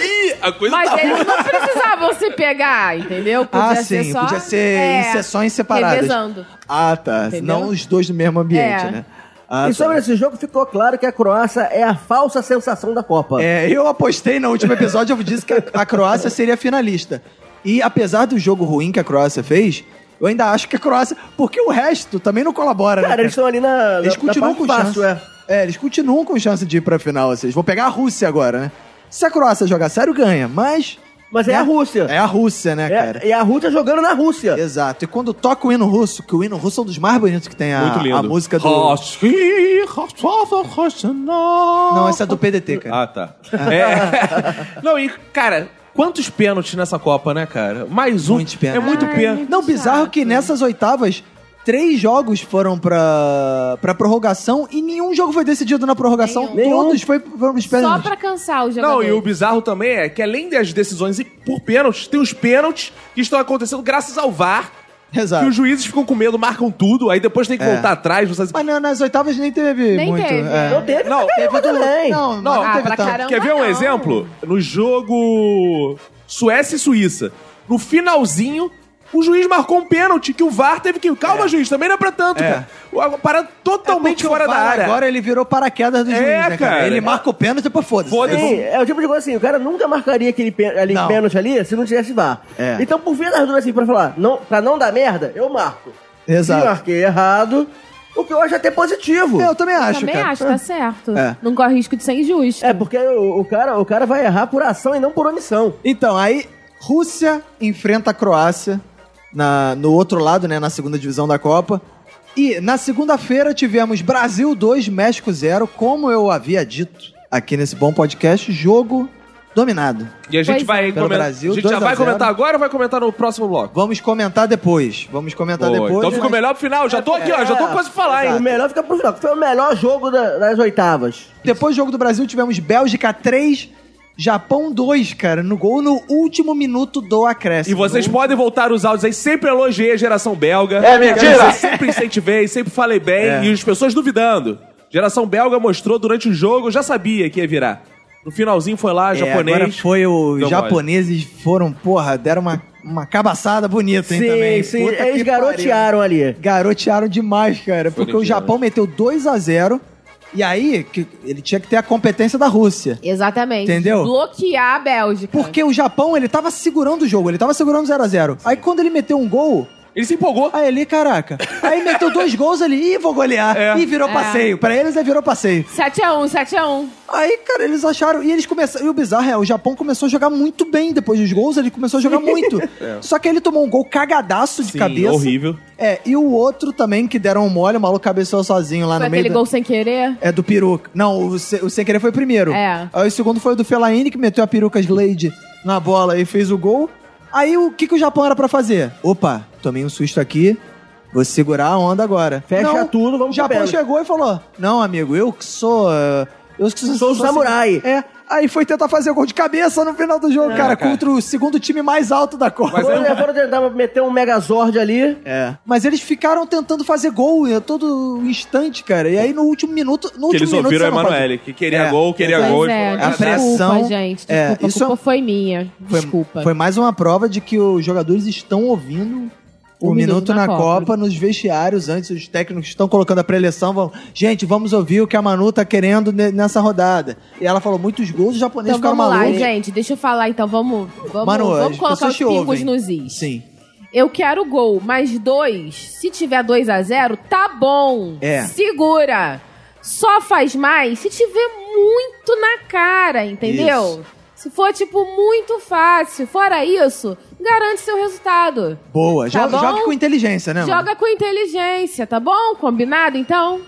Speaker 2: Ih, a coisa
Speaker 4: Mas é-
Speaker 2: tá ruim.
Speaker 4: eles não precisavam se pegar, entendeu? Podia
Speaker 1: ah,
Speaker 4: ser
Speaker 1: sim,
Speaker 4: só,
Speaker 1: podia ser
Speaker 4: é,
Speaker 1: em sessões separadas.
Speaker 4: Revezando.
Speaker 1: Ah, tá.
Speaker 4: Entendeu?
Speaker 1: Não os dois no mesmo ambiente,
Speaker 4: É.
Speaker 1: né? Ah,
Speaker 3: e
Speaker 1: tá.
Speaker 3: sobre esse jogo ficou claro que a Croácia é a falsa sensação da Copa.
Speaker 1: É, eu apostei no último episódio, eu disse que a, a Croácia seria finalista. E apesar do jogo ruim que a Croácia fez, eu ainda acho que a Croácia. Porque o resto também não colabora, né?
Speaker 3: Cara, eles estão ali na,
Speaker 1: Eles
Speaker 3: na, na
Speaker 1: continuam
Speaker 3: parte
Speaker 1: com
Speaker 3: fácil,
Speaker 1: chance.
Speaker 3: é.
Speaker 1: É. eles continuam com chance de ir pra final. Vocês vão pegar a Rússia agora, né? Se a Croácia jogar sério, ganha, mas.
Speaker 3: Mas é
Speaker 1: né?
Speaker 3: a Rússia.
Speaker 1: É a Rússia, né, cara?
Speaker 3: É, e a Rússia jogando na Rússia.
Speaker 1: Exato. E quando toca o hino russo, que o hino russo é um dos mais bonitos que tem a,
Speaker 2: Muito lindo.
Speaker 1: a música do. Não,
Speaker 2: Não,
Speaker 1: essa é do PDT, cara.
Speaker 2: Ah, tá. É. Não, e, cara, quantos pênaltis nessa Copa, né, cara? Mais um.
Speaker 1: Muitos pênaltis.
Speaker 2: É muito
Speaker 4: Ai,
Speaker 2: pênalti.
Speaker 1: Não, bizarro que nessas oitavas, três jogos foram pra, pra prorrogação e nenhum jogo foi decidido na prorrogação.
Speaker 3: Nenhum.
Speaker 1: Todos foi, foram pros
Speaker 4: Só
Speaker 1: pênaltis.
Speaker 4: pra cansar o jogador.
Speaker 2: Não, e o bizarro também é que além das decisões e por pênaltis, tem os pênaltis que estão acontecendo graças ao VAR, que
Speaker 1: Exato.
Speaker 2: os juízes ficam com medo, marcam tudo, aí depois tem que
Speaker 1: É.
Speaker 2: voltar atrás, não sabe
Speaker 1: Mas na- nas oitavas nem teve
Speaker 4: Nem
Speaker 1: muito.
Speaker 4: teve,
Speaker 1: é.
Speaker 4: né?
Speaker 3: Não teve,
Speaker 2: Não,
Speaker 3: não, teve também.
Speaker 1: Não, não,
Speaker 2: Não,
Speaker 4: Ah,
Speaker 1: teve
Speaker 4: pra
Speaker 1: tanto.
Speaker 4: caramba.
Speaker 2: Quer ver um
Speaker 4: não.
Speaker 2: exemplo? No jogo Suécia e Suíça, no finalzinho, o juiz marcou um pênalti que o VAR teve que. Calma, juiz, também não é pra tanto, cara. Uma parada totalmente
Speaker 1: É Porque o
Speaker 2: fora da
Speaker 1: VAR
Speaker 2: área.
Speaker 1: Agora ele virou paraquedas do
Speaker 2: É,
Speaker 1: juiz, né, cara?
Speaker 2: cara.
Speaker 1: Ele marca o pênalti e depois foda-se.
Speaker 2: Foda-se.
Speaker 1: Sim.
Speaker 3: Sim, é o tipo de coisa assim, o cara nunca marcaria aquele pê- ali,
Speaker 1: Não.
Speaker 3: pênalti ali se não tivesse VAR.
Speaker 1: É.
Speaker 3: Então, por via das dúvidas, assim, pra falar, não, pra não dar merda, eu marco. Se
Speaker 1: Exato.
Speaker 3: marquei errado, o que eu acho até positivo.
Speaker 1: É, Eu também acho,
Speaker 4: Também
Speaker 1: cara.
Speaker 4: acho, tá certo.
Speaker 1: É.
Speaker 4: Não corre risco de ser injusto.
Speaker 3: É, porque o, o cara, o cara vai errar por ação e não por omissão.
Speaker 1: Então, aí Rússia enfrenta a Croácia na, no outro lado, né, na segunda divisão da Copa. E na segunda-feira tivemos Brasil 2, México 0, como eu havia dito aqui nesse bom podcast, jogo dominado.
Speaker 2: E a gente
Speaker 4: Pois é.
Speaker 2: vai
Speaker 1: Pelo
Speaker 2: comentar.
Speaker 1: Brasil,
Speaker 2: a gente já
Speaker 1: 2 a
Speaker 2: vai
Speaker 1: 0.
Speaker 2: comentar agora ou vai comentar no próximo bloco?
Speaker 1: Vamos comentar depois. Vamos comentar
Speaker 2: Boa,
Speaker 1: Tá depois. né?
Speaker 2: então fica o melhor pro final. Já tô
Speaker 4: Tá
Speaker 2: aqui, ó.
Speaker 1: É,
Speaker 2: Já tô quase pra falar,
Speaker 3: O
Speaker 2: hein?
Speaker 3: melhor fica pro final. Foi o melhor jogo da- das oitavas.
Speaker 1: Depois do jogo do Brasil, tivemos Bélgica 3, Japão 2, cara, no gol no último minuto do
Speaker 2: E
Speaker 1: acréscimo.
Speaker 2: vocês podem voltar os áudios aí. Sempre elogiei a geração belga.
Speaker 5: É mentira!
Speaker 2: Eu sempre incentivei, sempre falei bem.
Speaker 1: É.
Speaker 2: E as pessoas duvidando. Geração belga mostrou durante o jogo, eu já sabia que ia virar. No finalzinho foi lá,
Speaker 1: É,
Speaker 2: japonês.
Speaker 1: Agora foi os
Speaker 2: Deu
Speaker 1: japoneses foram, porra, deram uma, uma cabaçada bonita, hein, também.
Speaker 3: sim.
Speaker 1: Puta
Speaker 3: Eles
Speaker 1: que
Speaker 3: garotearam ali.
Speaker 1: pariu. Garotearam demais, cara, porque o
Speaker 2: Bonitinho,
Speaker 1: Japão meteu 2 a 0 e aí que- ele tinha que ter a competência da Rússia.
Speaker 4: Exatamente.
Speaker 1: Entendeu?
Speaker 4: Bloquear a Bélgica.
Speaker 1: Porque o Japão, ele tava segurando o jogo, ele tava segurando 0 a 0 Aí quando ele meteu um gol,
Speaker 2: Ele se empolgou.
Speaker 1: aí ele, caraca. Aí meteu dois gols ali, ih, vou golear.
Speaker 2: É.
Speaker 1: E virou
Speaker 4: É.
Speaker 1: passeio. Pra eles, aí virou passeio.
Speaker 4: 7x1, 7x1.
Speaker 1: Aí, cara, eles acharam. E eles começaram. E o bizarro é, o Japão começou a jogar muito bem depois dos gols, ele começou a jogar muito. Só que aí ele tomou um gol cagadaço de
Speaker 2: É. Sim,
Speaker 1: cabeça.
Speaker 2: horrível.
Speaker 1: É, e o outro também que deram um mole, o maluco cabeceou sozinho lá
Speaker 4: Foi
Speaker 1: no meio.
Speaker 4: aquele
Speaker 1: do-
Speaker 4: gol sem querer.
Speaker 1: É do peruca. Não, o, se- o sem querer foi o primeiro.
Speaker 4: É.
Speaker 1: Aí o segundo foi o do Fellaini, que meteu a peruca Slade na bola e fez o gol. Aí o que, que o Japão era pra fazer? Opa, tomei um susto aqui. Vou segurar a onda agora.
Speaker 3: Fecha
Speaker 1: Não,
Speaker 3: tudo,
Speaker 1: O
Speaker 3: vamos
Speaker 1: Japão
Speaker 3: pro pênalti.
Speaker 1: chegou e falou: Não, amigo, eu que sou. eh, Eu que
Speaker 3: Sou o samurai.
Speaker 1: É. Aí foi tentar fazer gol de cabeça no final do jogo, cara,
Speaker 2: cara.
Speaker 1: contra o segundo time mais alto da Copa.
Speaker 2: Mas aí-
Speaker 3: Foram, foram tentar meter um Megazord ali.
Speaker 1: É. Mas eles ficaram tentando fazer gol a todo instante, cara. E aí no último minuto. No último
Speaker 2: Que eles
Speaker 1: minuto,
Speaker 2: ouviram o
Speaker 1: você não pode-
Speaker 2: Emanuele, que queria
Speaker 1: É.
Speaker 2: gol, queria
Speaker 4: Pois
Speaker 2: gol. ele
Speaker 4: é,
Speaker 2: falou,
Speaker 1: a
Speaker 4: desculpa,
Speaker 2: "Cara,
Speaker 1: pressão-
Speaker 4: gente. Desculpa,
Speaker 1: é,
Speaker 4: a
Speaker 1: isso-
Speaker 4: culpa foi minha.
Speaker 1: Foi,
Speaker 4: Desculpa.
Speaker 1: foi mais uma prova de que os jogadores estão ouvindo o, minuto, na, Copa. nos vestiários antes. Os técnicos estão colocando a preleção. Vão, gente, vamos ouvir o que a Manu tá querendo ne- nessa rodada. E ela falou muitos gols, os japoneses
Speaker 4: Então
Speaker 1: ficaram
Speaker 4: vamos lá,
Speaker 1: malucos.
Speaker 4: gente. Deixa eu falar então. Vamos, vamos,
Speaker 1: Manu,
Speaker 4: vamos
Speaker 1: as
Speaker 4: colocar
Speaker 1: pessoas
Speaker 4: os
Speaker 1: te
Speaker 4: pingos
Speaker 1: ouvem.
Speaker 4: nos is.
Speaker 1: Sim.
Speaker 4: Eu quero gol, mais dois. Se tiver 2 a 0 tá bom.
Speaker 1: É.
Speaker 4: Segura. Só faz mais se tiver muito na cara, entendeu? Se for, tipo, muito fácil. Fora isso, garante seu resultado.
Speaker 1: Boa.
Speaker 4: Tá
Speaker 1: Jo-
Speaker 4: bom?
Speaker 1: Joga com inteligência, né? mano?
Speaker 4: Joga com inteligência, tá bom? Combinado, então?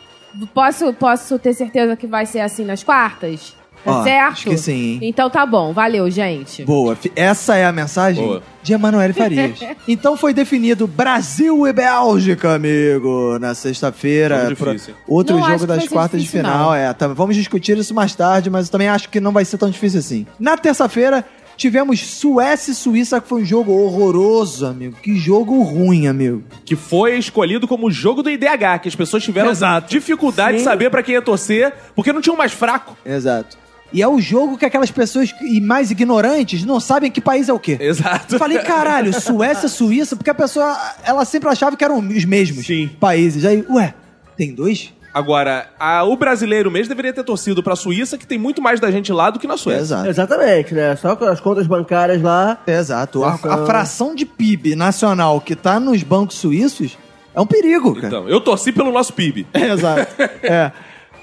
Speaker 4: Posso, posso ter certeza que vai ser assim nas quartas? Tá
Speaker 1: Ó,
Speaker 4: certo?
Speaker 1: acho que sim, hein?
Speaker 4: Então tá bom, valeu, gente.
Speaker 1: Boa, fi- essa é a mensagem
Speaker 2: Boa.
Speaker 1: de Emanuele Farias. então foi definido Brasil e Bélgica, amigo, na sexta-feira.
Speaker 2: Jogo difícil.
Speaker 1: Pro- Outro
Speaker 4: Não acho
Speaker 1: jogo
Speaker 4: que vai
Speaker 1: das
Speaker 4: ser
Speaker 1: quartas de
Speaker 4: difícil,
Speaker 1: final.
Speaker 4: não.
Speaker 1: É, tá- vamos discutir isso mais tarde, mas eu também acho que não vai ser tão difícil assim. Na terça-feira. Tivemos Suécia e Suíça, que foi um jogo horroroso, amigo. Que jogo ruim, amigo.
Speaker 2: Que foi escolhido como o jogo do IDH, que as pessoas tiveram dificuldade de saber pra quem ia torcer, porque não tinha um mais fraco.
Speaker 1: Exato. E é o jogo que aquelas pessoas que- e mais ignorantes não sabem que país é o quê.
Speaker 2: Exato.
Speaker 1: Eu Falei, caralho, Suécia, Suíça, porque a pessoa, ela sempre achava que eram os mesmos
Speaker 2: Sim.
Speaker 1: países. Aí, ué, tem dois?
Speaker 2: Agora, a- o brasileiro mesmo deveria ter torcido pra Suíça, que tem muito mais da gente lá do que na Suécia.
Speaker 1: Exato.
Speaker 3: Exatamente, né? Só com as contas bancárias lá.
Speaker 1: Exato. A,
Speaker 3: Fração.
Speaker 2: Então-
Speaker 1: a fração de PIB nacional que tá nos bancos suíços é um perigo, cara.
Speaker 2: Então, eu torci pelo nosso PIB.
Speaker 1: Exato. É.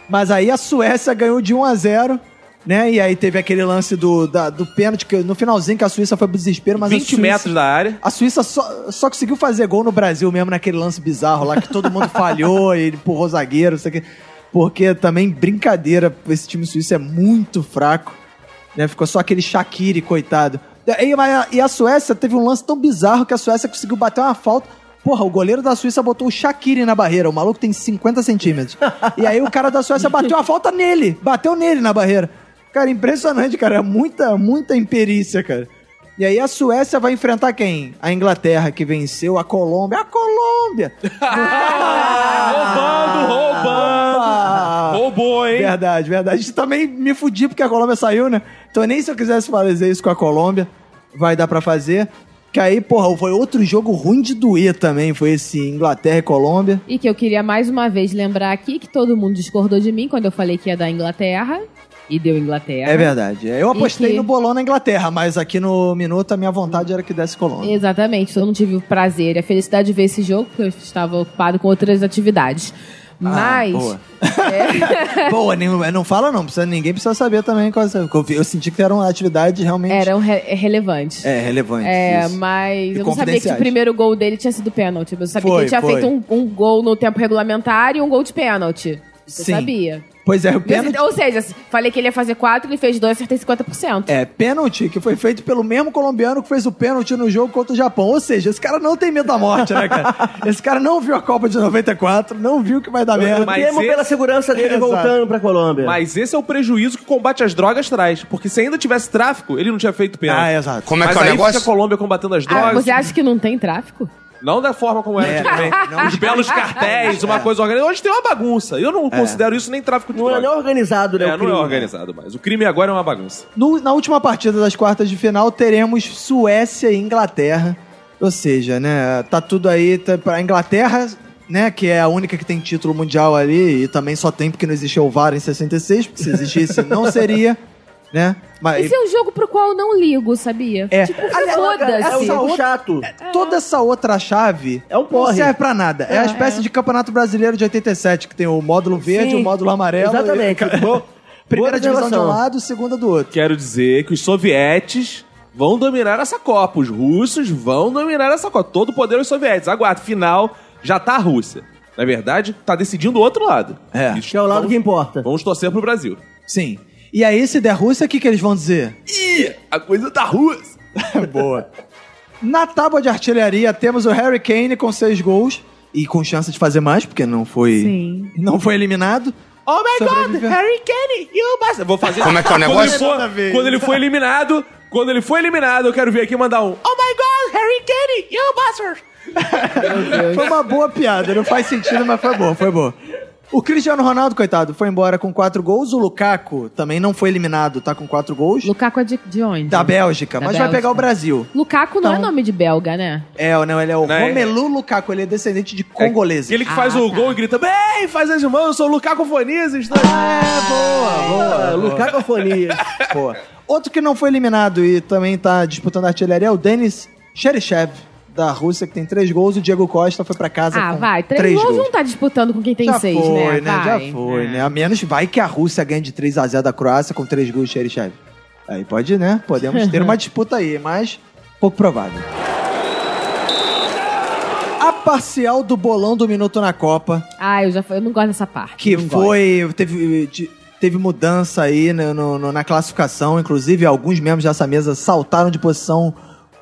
Speaker 1: Mas aí a Suécia ganhou de 1 a 0 né? E aí teve aquele lance do, da- do pênalti, que no finalzinho que a Suíça foi pro desespero, mas
Speaker 2: 20
Speaker 1: a Suíça...
Speaker 2: metros da área.
Speaker 1: A Suíça só, só conseguiu fazer gol no Brasil mesmo naquele lance bizarro lá que todo mundo falhou e ele empurrou zagueiro, não sei o quê. Porque também, brincadeira, esse time suíço é muito fraco. Né? Ficou só aquele Shaqiri, coitado. E, mas a- e a Suécia teve um lance tão bizarro que a Suécia conseguiu bater uma falta. Porra, o goleiro da Suíça botou o Shaqiri na barreira. O maluco tem 50 centímetros. E aí o cara da Suécia bateu a falta nele. Bateu nele na barreira. Cara, impressionante, cara. É Muita, muita imperícia, cara. E aí a Suécia vai enfrentar quem? A Inglaterra, que venceu a Colômbia. A Colômbia!
Speaker 2: roubando, roubando.
Speaker 1: Ah! Opa!
Speaker 2: Roubou, hein?
Speaker 1: Verdade, verdade. Isso também me fudi porque a Colômbia saiu, né? Então nem se eu quisesse fazer isso com a Colômbia, vai dar pra fazer. Que aí, porra, foi outro jogo ruim de doer também. Foi esse Inglaterra e Colômbia.
Speaker 4: E que eu queria mais uma vez lembrar aqui que todo mundo discordou de mim quando eu falei que ia dar Inglaterra. E deu Inglaterra.
Speaker 1: É verdade. Eu apostei
Speaker 4: E que-
Speaker 1: no bolão na Inglaterra, mas aqui no minuto a minha vontade era que desse Colômbia.
Speaker 4: É Exatamente, eu não tive o prazer e a felicidade de ver esse jogo, porque eu estava ocupado com outras atividades. Mas.
Speaker 1: Ah, boa.
Speaker 4: É.
Speaker 1: Boa, nem- não fala não, precisa, ninguém precisa saber também. qual- Eu, vi- eu senti que eram atividades realmente
Speaker 4: Eram re- relevantes.
Speaker 1: é, relevantes.
Speaker 4: É,
Speaker 1: isso.
Speaker 4: mas
Speaker 1: E
Speaker 4: eu não sabia que
Speaker 1: confidenciais.
Speaker 4: o primeiro gol dele tinha sido pênalti. Eu sabia
Speaker 1: Foi,
Speaker 4: que ele tinha
Speaker 1: foi.
Speaker 4: feito um, um gol no tempo regulamentar e um gol de pênalti. Você
Speaker 1: Sim.
Speaker 4: sabia.
Speaker 1: Pois é, o pênalti.
Speaker 4: Ou seja, falei que ele ia fazer 4, ele fez 2, acertei 50%.
Speaker 1: É, pênalti que foi feito pelo mesmo colombiano que fez o pênalti no jogo contra o Japão. Ou seja, esse cara não tem medo da morte, né, cara? Esse cara não viu a Copa de 94, não viu que vai dar merda.
Speaker 2: É, Mas
Speaker 3: Temo
Speaker 2: esse-
Speaker 3: pela segurança dele
Speaker 1: Exato.
Speaker 3: voltando pra Colômbia.
Speaker 2: Mas esse é o prejuízo que o combate às drogas traz. Porque se ainda tivesse tráfico, ele não tinha feito pênalti.
Speaker 1: Ah, exato.
Speaker 5: Como é
Speaker 2: Mas
Speaker 5: que é o
Speaker 2: aí
Speaker 5: negócio?
Speaker 2: fica a Colômbia combatendo as drogas.
Speaker 4: Ah, você acha que não tem tráfico?
Speaker 2: Não da forma como era
Speaker 1: É,
Speaker 2: antigamente.
Speaker 1: não- É. não-
Speaker 2: Os belos cartéis, uma coisa organizada. Hoje tem uma bagunça. Eu
Speaker 1: É.
Speaker 2: não considero isso nem tráfico de
Speaker 3: Não é
Speaker 2: drogas.
Speaker 3: nem organizado, né?
Speaker 2: É,
Speaker 3: o
Speaker 2: não
Speaker 3: crime.
Speaker 2: é organizado mais. O crime agora é uma bagunça.
Speaker 1: No- na última partida das quartas de final, teremos Suécia e Inglaterra. Ou seja, né, tá tudo aí tá, pra Inglaterra, né, que é a única que tem título mundial ali, e também só tem porque não existiu o VAR em 66, porque se existisse não seria, né? Mas,
Speaker 4: Esse é um jogo pro qual eu não ligo, sabia?
Speaker 1: É.
Speaker 4: Tipo,
Speaker 1: Aliás,
Speaker 3: É um
Speaker 4: foda-se.
Speaker 1: essa-
Speaker 3: jogo chato.
Speaker 1: É. toda essa outra chave
Speaker 3: É um
Speaker 1: não
Speaker 3: porre.
Speaker 1: serve pra nada. É a
Speaker 4: É.
Speaker 1: espécie de Campeonato Brasileiro de 87, que tem o módulo verde,
Speaker 3: Sim.
Speaker 1: o módulo amarelo.
Speaker 3: Exatamente.
Speaker 1: e-
Speaker 3: Boa-
Speaker 1: Primeira
Speaker 3: boa
Speaker 1: divisão de um
Speaker 3: observação.
Speaker 1: lado, segunda do outro.
Speaker 2: Quero dizer que os sovietes vão dominar essa Copa. Os russos vão dominar essa Copa. Todo o poder aos sovietes. Aguarda, final já tá a Rússia. Na verdade, tá decidindo o outro lado.
Speaker 1: É.
Speaker 2: Isso,
Speaker 3: Que é o lado
Speaker 2: vamos,
Speaker 3: que importa.
Speaker 2: Vamos torcer pro Brasil.
Speaker 1: Sim. E aí, se der Rússia, o que, que eles vão dizer?
Speaker 2: Ih, a coisa tá russa.
Speaker 1: Boa. Na tábua de artilharia, temos o Harry Kane com seis gols. E com chance de fazer mais, porque não foi.
Speaker 4: Sim.
Speaker 1: Não foi eliminado.
Speaker 2: Oh my
Speaker 1: Sobreviveu.
Speaker 2: God, Harry Kane e o Barça. Vou fazer.
Speaker 5: Como é que é o
Speaker 2: Quando
Speaker 5: negócio?
Speaker 2: ele for-
Speaker 1: Toda
Speaker 2: Quando ele,
Speaker 1: vez.
Speaker 2: foi, eliminado, quando ele foi eliminado, eu quero vir aqui mandar um. Oh my God, Harry Kane e o Barça.
Speaker 1: Foi uma boa piada, não faz sentido, mas foi boa, foi boa. O Cristiano Ronaldo, coitado, foi embora com quatro gols. O Lukaku também não foi eliminado, tá com quatro gols.
Speaker 4: Lukaku é de, de onde?
Speaker 1: Da Bélgica,
Speaker 4: Da
Speaker 1: mas vai
Speaker 4: Bélgica.
Speaker 1: pegar o Brasil.
Speaker 4: Lukaku não é
Speaker 1: Então-
Speaker 4: nome de belga, né?
Speaker 1: É, não, ele é o
Speaker 2: Não, é-
Speaker 1: Romelu Lukaku, ele é descendente de congoleses.
Speaker 2: Aquele que faz
Speaker 4: Ah,
Speaker 2: o
Speaker 4: tá.
Speaker 2: gol e grita: Bem, faz as mãos, eu sou o Lukaku Fonizes.
Speaker 1: É, boa,
Speaker 3: Ah,
Speaker 1: boa.
Speaker 3: Lucas Cacofonia.
Speaker 1: Boa. Outro que não foi eliminado e também tá disputando a artilharia é o Denis Cheryshev, da Rússia, que tem três gols. O Diego Costa foi pra casa
Speaker 4: Ah,
Speaker 1: é com
Speaker 4: vai. Três, gols não tá disputando com quem tem
Speaker 1: Já
Speaker 4: seis,
Speaker 1: foi,
Speaker 4: né?
Speaker 1: Já foi,
Speaker 4: É.
Speaker 1: né? A menos vai que a Rússia ganhe de 3x0 da Croácia com três gols de Cheryshev. Aí pode, né? Podemos ter uma disputa aí, mas pouco provável. A parcial do bolão do Minuto na Copa
Speaker 4: Ah, eu já fui. Eu não gosto dessa parte.
Speaker 1: que
Speaker 4: Não gosto.
Speaker 1: foi. Teve, de- teve mudança aí no- no- no- na classificação. Inclusive, alguns membros dessa mesa saltaram de posição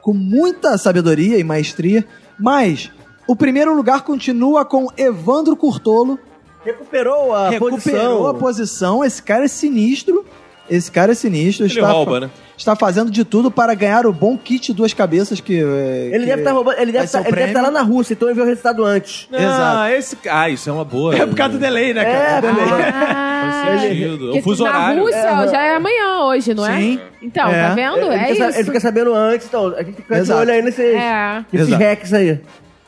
Speaker 1: com muita sabedoria e maestria. Mas o primeiro lugar continua com Evandro Curtolo.
Speaker 3: Recuperou a
Speaker 1: recuperou
Speaker 3: posição.
Speaker 1: a posição. Esse cara é sinistro. Esse cara é sinistro.
Speaker 2: Ele
Speaker 1: está,
Speaker 2: rouba, né?
Speaker 1: está fazendo de tudo para ganhar o bom kit duas cabeças que.
Speaker 3: Ele deve tá estar roubando. Ele deve
Speaker 1: vai ser o
Speaker 3: estar
Speaker 1: prêmio.
Speaker 3: lá na Rússia, então ele viu o resultado antes.
Speaker 2: Ah,
Speaker 1: Exato.
Speaker 2: esse... Ah, isso é uma boa. É.
Speaker 1: delay, né,
Speaker 3: cara?
Speaker 4: Ah,
Speaker 2: Faz sentido.
Speaker 4: porque
Speaker 2: O fuso
Speaker 4: na
Speaker 2: horário.
Speaker 4: Rússia ó, já é amanhã hoje, não é?
Speaker 1: Sim.
Speaker 4: Então,
Speaker 1: É.
Speaker 4: tá vendo?
Speaker 3: ele,
Speaker 4: É
Speaker 3: fica, sa- ele
Speaker 4: isso.
Speaker 3: fica sabendo antes, então a gente fica de
Speaker 1: Exato.
Speaker 3: olho aí nesses,
Speaker 4: É.
Speaker 3: nesses
Speaker 1: Exato.
Speaker 3: hacks aí.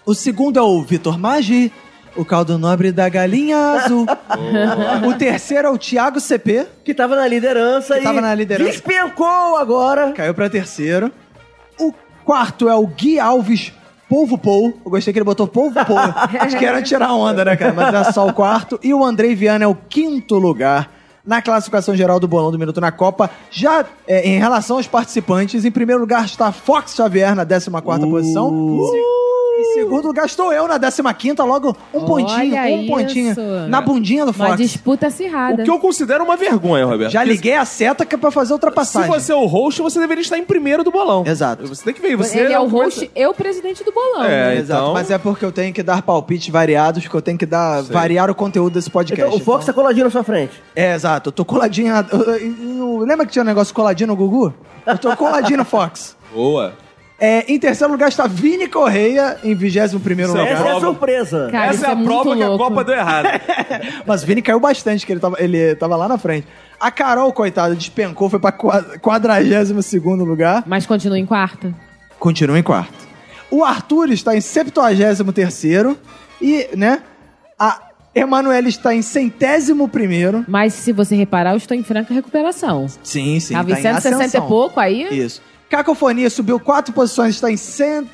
Speaker 1: O segundo é o Vitor Maggi, o caldo nobre da galinha azul. o terceiro é o Thiago CP,
Speaker 3: Que tava na liderança
Speaker 1: Que
Speaker 3: e
Speaker 1: tava na liderança.
Speaker 3: despencou agora.
Speaker 1: caiu pra terceiro. O quarto é o Gui Alves Polvo Pou. Eu gostei que ele botou Polvo Pou. Acho que era tirar onda, né, cara? Mas é só o quarto. E o Andrei Viana é o quinto lugar. Na classificação geral do Bolão do Minuto na Copa, já é, em relação aos participantes, em primeiro lugar está Fox Xavier na 14
Speaker 2: Uh.
Speaker 1: quarta posição. Em segundo lugar estou eu na 15 quinta, logo um
Speaker 4: Olha
Speaker 1: pontinho, um
Speaker 4: isso.
Speaker 1: pontinho na bundinha do
Speaker 4: Uma
Speaker 1: Fox.
Speaker 4: disputa acirrada.
Speaker 2: O que eu considero uma vergonha, Roberto.
Speaker 1: Já
Speaker 2: Porque
Speaker 1: liguei a seta que é pra fazer a
Speaker 2: Se
Speaker 1: ultrapassagem.
Speaker 2: você é o host, você deveria estar em primeiro do bolão.
Speaker 1: Exato.
Speaker 2: Você tem que ver. Você
Speaker 4: Ele é o
Speaker 2: começa-
Speaker 4: host, eu presidente do bolão.
Speaker 2: É,
Speaker 4: né?
Speaker 1: Exato,
Speaker 2: então-
Speaker 1: mas é porque eu tenho que dar palpites variados, porque eu tenho que dar variar o conteúdo desse podcast.
Speaker 3: Então, o Fox tá
Speaker 1: então-
Speaker 3: coladinho na sua frente.
Speaker 1: É, exato. Eu tô coladinho. eu- eu- eu- Lembra que tinha um negócio coladinho no Gugu? Eu tô coladinho no Fox.
Speaker 2: Boa.
Speaker 1: É, em terceiro lugar está Vini Correia, em 21
Speaker 2: Isso é
Speaker 1: lugar.
Speaker 3: Essa é a
Speaker 2: prova.
Speaker 3: surpresa.
Speaker 4: Cara, isso
Speaker 2: Essa é a
Speaker 4: muito
Speaker 2: prova que a
Speaker 4: louco.
Speaker 2: Copa deu errado.
Speaker 1: É, Mas o Vini caiu bastante, que ele tava, ele tava lá na frente. A Carol, coitada, despencou, foi pra 42 lugar.
Speaker 4: Mas continua em quarta.
Speaker 1: Continua em quarto. O Arthur está em 73 e, né, a Emanuele está em centésimo primeiro.
Speaker 4: Mas se você reparar, eu estou em franca recuperação.
Speaker 1: Sim, sim.
Speaker 4: Tava
Speaker 1: tá
Speaker 4: em 160
Speaker 1: ascensão.
Speaker 4: e pouco aí.
Speaker 1: Isso. Cacofonia subiu quatro posições, está em cen-
Speaker 2: Rumo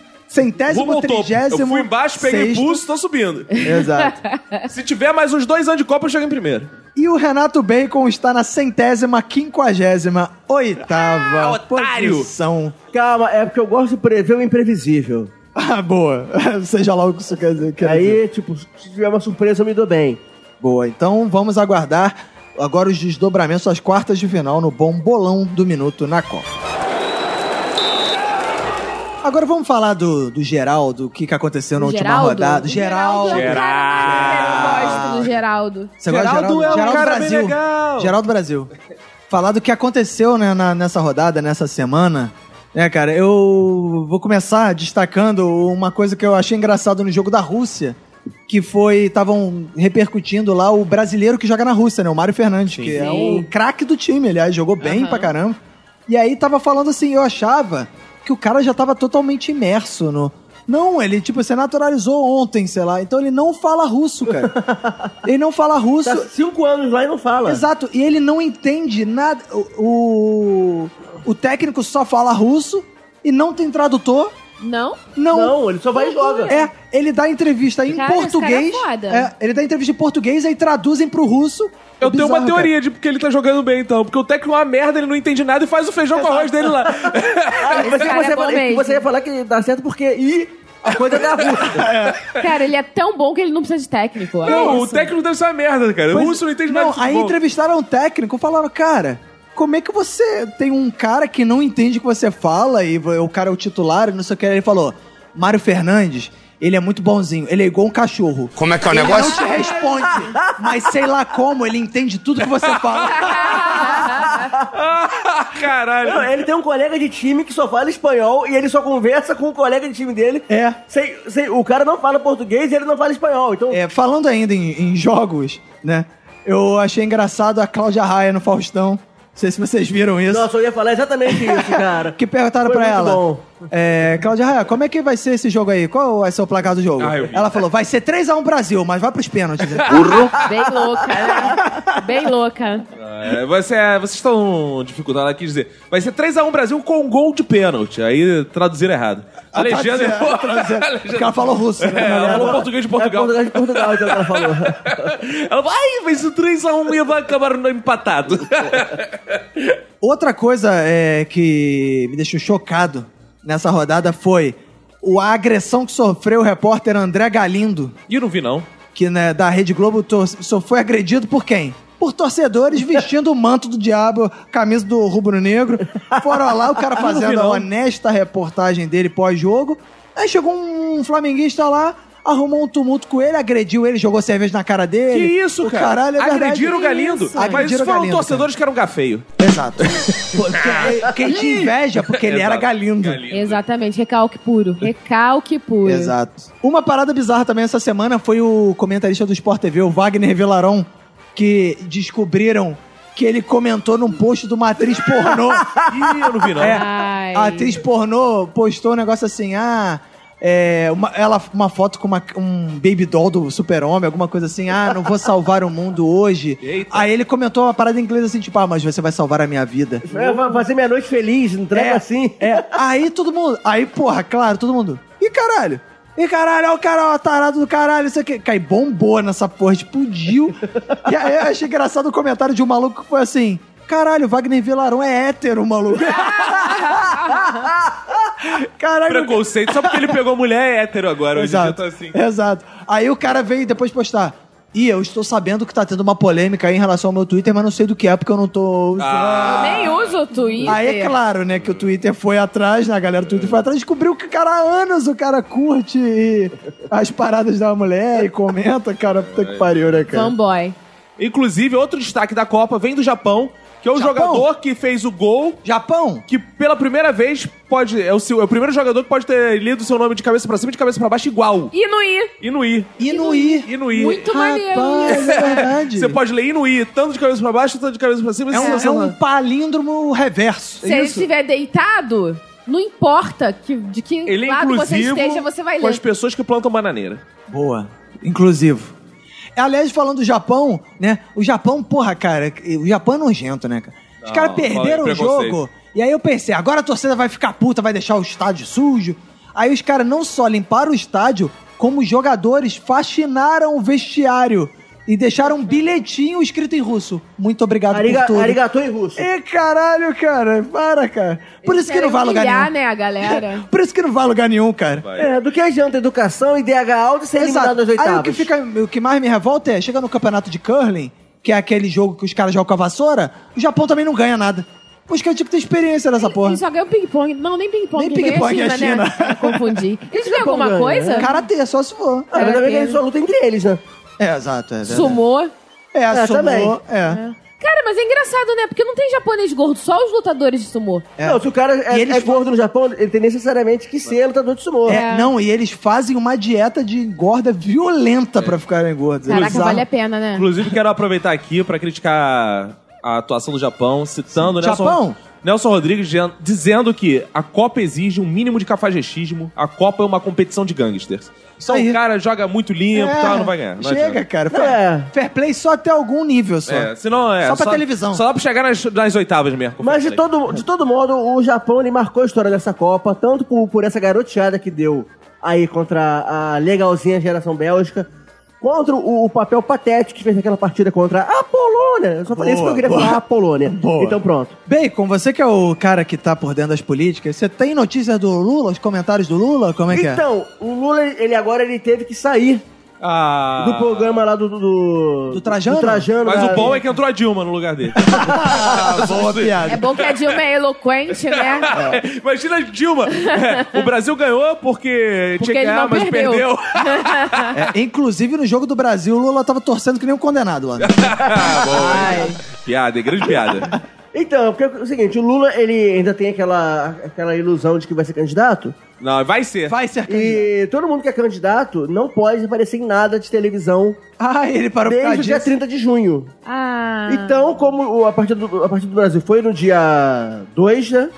Speaker 1: centésimo,
Speaker 2: ao topo.
Speaker 1: trigésimo.
Speaker 2: Eu fui embaixo, peguei
Speaker 1: sexto. É.
Speaker 2: pulso, tô subindo.
Speaker 1: Exato.
Speaker 2: Se tiver mais uns dois anos de Copa, eu chego em primeiro.
Speaker 1: E o Renato Bacon está na centésima, quinquagésima,
Speaker 2: Ah,
Speaker 1: oitava
Speaker 2: otário!
Speaker 1: posição.
Speaker 3: Calma, é porque eu gosto de prever o imprevisível.
Speaker 1: Ah, boa. Seja lá o que isso quer dizer. quer dizer.
Speaker 3: aí, tipo, se tiver uma surpresa, eu me dou bem.
Speaker 1: Boa, então vamos aguardar agora os desdobramentos das quartas de final no bom bolão do minuto na Copa. Agora vamos falar do, do geral, do que, que aconteceu na última rodada. Geral.
Speaker 4: Geraldo. é um cara maneiro, Eu gosto do Geraldo.
Speaker 1: Você gosta de
Speaker 2: Geraldo é um
Speaker 1: Geraldo
Speaker 2: cara bem
Speaker 1: Brasil.
Speaker 2: legal.
Speaker 1: Geraldo Brasil. Falar do que aconteceu né, na- nessa rodada, nessa semana. É, cara, eu vou começar destacando uma coisa que eu achei engraçado no jogo da Rússia, que foi, estavam repercutindo lá o brasileiro que joga na Rússia, né, o Mário Fernandes, que é o craque do time, aliás, jogou bem
Speaker 4: Aham.
Speaker 1: pra caramba. E aí tava falando assim, eu achava que o cara já tava totalmente imerso no... Não, ele, tipo, se naturalizou ontem, sei lá. Então ele não fala russo, cara. ele não fala russo.
Speaker 3: Tá cinco anos lá e não fala.
Speaker 1: Exato, e ele não entende nada. O, o, o técnico só fala russo e não tem tradutor.
Speaker 4: Não?
Speaker 1: Não.
Speaker 3: Não, ele só vai e joga.
Speaker 1: É, ele dá entrevista em
Speaker 4: Cara, esse
Speaker 1: português.
Speaker 4: cara é foda.
Speaker 1: É, ele dá entrevista em português aí traduzem pro russo.
Speaker 2: Eu
Speaker 1: É
Speaker 2: tenho
Speaker 1: bizarro,
Speaker 2: uma teoria de porque ele tá jogando bem, então. Porque o técnico é uma merda, ele não entende nada e faz o feijão com arroz dele lá.
Speaker 3: Ah, você,
Speaker 4: Esse cara
Speaker 3: você
Speaker 4: é bom
Speaker 3: fala-
Speaker 4: mesmo.
Speaker 3: você ia falar que dá certo porque e a coisa é da Rússia.
Speaker 4: Cara, ele é tão bom que ele não precisa de técnico. olha
Speaker 2: não, o
Speaker 4: isso.
Speaker 2: técnico deve ser uma merda, cara.
Speaker 1: Pois-
Speaker 2: o russo não entende
Speaker 1: não,
Speaker 2: nada de
Speaker 1: Aí
Speaker 2: futebol.
Speaker 1: entrevistaram um técnico falaram, cara, como é que você tem um cara que não entende o que você fala e vo- o cara é o titular e não sei o que. Ele falou, Mário Fernandes, ele é muito bonzinho, ele é igual um cachorro.
Speaker 5: Como é que é o
Speaker 1: Ele
Speaker 5: negócio?
Speaker 1: não te responde, mas sei lá como, ele entende tudo que você fala.
Speaker 2: Caralho.
Speaker 3: Não, ele tem um colega de time que só fala espanhol e ele só conversa com o colega de time dele.
Speaker 1: É.
Speaker 3: Sem, sem- o cara não fala português e ele não fala espanhol. Então,
Speaker 1: É, falando ainda em, em jogos, né? Eu achei engraçado a Cláudia Raia no Faustão. Não sei se vocês viram isso.
Speaker 3: nossa, eu ia falar exatamente isso, cara.
Speaker 1: Que perguntaram
Speaker 3: Foi
Speaker 1: pra
Speaker 3: muito
Speaker 1: ela.
Speaker 3: bom.
Speaker 1: É, Cláudia Raia, como é que vai ser esse jogo aí? Qual vai ser o placar do jogo?
Speaker 2: Ah, eu vi.
Speaker 1: ela falou: vai ser 3x1 Brasil, mas vai pros pênaltis.
Speaker 4: Bem louca, né? Bem louca.
Speaker 2: É, você, vocês estão dificultando, ela quis dizer. Vai ser 3x1 Brasil com gol de pênalti. Aí traduziram errado.
Speaker 1: Ah, tá
Speaker 2: A legenda é. A legenda-
Speaker 1: Porque ela falou russo, né? Na
Speaker 2: É, ela
Speaker 1: verdade.
Speaker 2: falou português de Portugal.
Speaker 3: É português de Portugal, então o cara falou.
Speaker 2: Ela falou, ai, vai ser 3x1 e vai acabar no empatado.
Speaker 1: Outra coisa é, que me deixou chocado nessa rodada foi o- a agressão que sofreu o repórter André Galindo,
Speaker 2: E eu não vi, não.
Speaker 1: que né, da Rede Globo tor- só foi agredido por quem? por torcedores vestindo o manto do diabo, camisa do rubro-negro. Foram lá, o cara fazendo a honesta reportagem dele pós-jogo. Aí chegou um flamenguista lá, arrumou um tumulto com ele, agrediu ele, jogou cerveja na cara
Speaker 2: Que
Speaker 1: dele.
Speaker 2: isso,
Speaker 1: o
Speaker 2: cara?
Speaker 1: Caralho, é verdade.
Speaker 2: Agrediram o Galindo.
Speaker 1: Isso.
Speaker 2: Mas um
Speaker 1: Agrediram o
Speaker 2: foram
Speaker 1: Galindo,
Speaker 2: torcedores que eram gafeio.
Speaker 1: Exato. Porque- Quem te é inveja, porque ele era
Speaker 2: Exato.
Speaker 1: galindo.
Speaker 4: Exatamente, recalque puro. Recalque puro.
Speaker 1: Exato. Uma parada bizarra também essa semana foi o comentarista do Sport TV, o Wagner Velarão, que descobriram que ele comentou num post de uma atriz pornô.
Speaker 2: Ih, eu não vi, não.
Speaker 1: É,
Speaker 4: Ai.
Speaker 1: a atriz pornô postou um negócio assim, ah... é, uma, ela, uma foto com uma- um baby doll do super-homem, alguma coisa assim. Ah, não vou salvar o mundo hoje.
Speaker 2: Eita.
Speaker 1: Aí ele comentou uma parada em inglês assim, tipo, ah, mas você vai salvar a minha vida.
Speaker 3: É, vai fazer minha noite feliz, não entrega assim.
Speaker 1: É, aí todo mundo. Aí, porra, claro, todo mundo. E caralho? E caralho, olha o cara, ó, tarado do caralho, isso aqui. Cai, bombou nessa porra, explodiu. e aí eu achei engraçado o comentário de um maluco que foi assim. Caralho, Wagner Velarão é hétero, maluco. caralho,
Speaker 2: Preconceito, só porque ele pegou mulher é hétero agora. Hoje em dia
Speaker 1: Exato.
Speaker 2: tá assim.
Speaker 1: Exato. Aí o cara veio depois postar. E eu estou sabendo que tá tendo uma polêmica aí em relação ao meu Twitter, mas não sei do que é, porque eu não tô. usando."
Speaker 2: Ah,
Speaker 4: Eu nem uso o Twitter.
Speaker 1: Aí é claro, né, que o Twitter foi atrás, né, a galera do Twitter foi atrás, descobriu que, cara, há anos o cara curte e as paradas da mulher e comenta, cara, puta que pariu, né, cara?
Speaker 4: Fanboy.
Speaker 2: Inclusive, outro destaque da Copa vem do Japão, que é o
Speaker 1: Japão?
Speaker 2: jogador que fez o gol
Speaker 1: Japão?
Speaker 2: que pela primeira vez pode. É o, seu- é o primeiro jogador que pode ter lido seu nome de cabeça pra cima e de cabeça pra baixo igual.
Speaker 4: Inuí.
Speaker 2: Inuí.
Speaker 1: Inuí.
Speaker 2: Inuí.
Speaker 4: Muito maneiro.
Speaker 1: Rapaz, é verdade.
Speaker 2: Você pode ler Inuí, tanto de cabeça pra baixo, tanto de cabeça pra cima.
Speaker 1: É um,
Speaker 2: você-
Speaker 1: é um palíndromo reverso.
Speaker 4: Se ele
Speaker 1: Isso.
Speaker 4: estiver deitado, não importa que, de que
Speaker 2: Ele é
Speaker 4: lado você
Speaker 2: inclusivo
Speaker 4: esteja, você vai
Speaker 2: com
Speaker 4: ler.
Speaker 2: as pessoas que plantam bananeira.
Speaker 1: Boa. Inclusivo. É, Aliás, falando do Japão, né? O Japão, porra, cara, o Japão é nojento, né, cara? Os
Speaker 2: Não,
Speaker 1: caras
Speaker 2: olha,
Speaker 1: perderam o
Speaker 2: preconceito.
Speaker 1: jogo. E aí eu pensei, agora a torcida vai ficar puta, vai deixar o estádio sujo. Aí os caras não só limparam o estádio, como os jogadores faxinaram o vestiário e deixaram um bilhetinho escrito em russo. Muito obrigado
Speaker 3: Ariga,
Speaker 1: por tudo.
Speaker 3: arigatô em russo.
Speaker 1: Ê, caralho, cara, para, cara. Por
Speaker 4: Eles
Speaker 1: isso que não
Speaker 4: querem
Speaker 1: vai a lugar
Speaker 4: humilhar,
Speaker 1: nenhum.
Speaker 4: né, a galera?
Speaker 1: Por isso que não vai a lugar nenhum, cara.
Speaker 3: É, do que adianta educação e DH alto e ser eliminado
Speaker 1: Exato.
Speaker 3: nas oitavas?
Speaker 1: Aí o que, fica, o que mais me revolta é, chega no campeonato de curling, que é aquele jogo que os caras jogam com a vassoura, o Japão também não ganha nada. Os caras tinham que ter experiência nessa porra.
Speaker 4: Eles só ganham ping-pong. Não, nem ping-pong.
Speaker 1: Nem ping-pong,
Speaker 4: ganha a China,
Speaker 1: é a China.
Speaker 4: né? Confundi. Eles ganham
Speaker 3: Japão
Speaker 4: alguma
Speaker 3: ganha,
Speaker 4: coisa?
Speaker 3: né?
Speaker 1: É. Karatê, só se for.
Speaker 3: Ah, mas também que eles só lutam entre eles, né?
Speaker 1: É, exato. É,
Speaker 4: Sumou.
Speaker 1: É,
Speaker 3: É,
Speaker 1: sumô,
Speaker 3: também.
Speaker 1: é.
Speaker 4: Cara, mas é engraçado, né? Porque não tem japonês gordo, só os lutadores de sumô.
Speaker 1: É.
Speaker 3: Não, se o cara é,
Speaker 1: E eles
Speaker 3: é gordo no Japão, ele tem necessariamente que ser lutador de sumô.
Speaker 1: É,
Speaker 4: É.
Speaker 1: Não, e eles fazem uma dieta de engorda violenta pra ficarem gordos. É
Speaker 4: Caraca,
Speaker 1: bizarro.
Speaker 4: vale a pena, né?
Speaker 2: Inclusive, quero aproveitar aqui pra criticar a atuação do Japão, citando o Nelson,
Speaker 1: Japão?
Speaker 2: Nelson Rodrigues gen- dizendo que a Copa exige um mínimo de cafajestismo, a Copa é uma competição de gangsters. Só
Speaker 1: Aí.
Speaker 2: o cara joga muito limpo e
Speaker 1: É,
Speaker 2: tal, Tá, não vai ganhar. Não
Speaker 1: chega,
Speaker 2: adianta.
Speaker 1: cara. Fair,
Speaker 3: É.
Speaker 1: fair play só até algum nível só.
Speaker 2: É, senão é.
Speaker 1: Só pra televisão.
Speaker 2: Só dá pra chegar nas, nas oitavas mesmo. com
Speaker 3: Mas de
Speaker 2: frente.
Speaker 3: todo, de todo modo, o Japão ele marcou a história dessa Copa, tanto por, por essa garoteada que deu aí contra a legalzinha geração bélgica, contra o, o papel patético que fez aquela partida contra a Polônia. Eu só falei isso que eu queria falar, a Polônia.
Speaker 1: Boa.
Speaker 3: Então pronto.
Speaker 1: Bacon, você que é o cara que tá por dentro das políticas, você tem notícias do Lula, os comentários do Lula? Como é que é?
Speaker 3: Então, o Lula, ele agora ele teve que sair
Speaker 2: Ah,
Speaker 3: do programa lá do... Do, do-
Speaker 1: Do Trajano?
Speaker 3: do Trajano, né?
Speaker 2: Mas
Speaker 3: lá-
Speaker 2: o bom é que entrou a Dilma no lugar dele.
Speaker 1: Ah, boa piada.
Speaker 4: É bom que a Dilma é eloquente, né?
Speaker 1: É.
Speaker 2: Imagina a Dilma. É, o Brasil ganhou porque,
Speaker 4: Porque
Speaker 2: tinha que
Speaker 4: ele
Speaker 2: ganhar,
Speaker 4: não
Speaker 2: mas
Speaker 4: perdeu.
Speaker 2: perdeu.
Speaker 1: É, inclusive, no jogo do Brasil, o Lula tava torcendo que nem um condenado lá.
Speaker 2: Ah, bom. Piada, é grande piada.
Speaker 3: Então, porque é o seguinte, o Lula, ele ainda tem aquela, aquela ilusão de que vai ser candidato,
Speaker 2: Não, vai ser.
Speaker 1: Vai ser candidato.
Speaker 3: E todo mundo que é candidato não pode aparecer em nada de televisão
Speaker 1: Ah, ele parou por
Speaker 3: desde
Speaker 1: causa
Speaker 3: o dia
Speaker 1: disso.
Speaker 3: 30 de junho.
Speaker 4: Ah.
Speaker 3: Então, como o- a partida, do, a partida do Brasil foi no dia 2, né?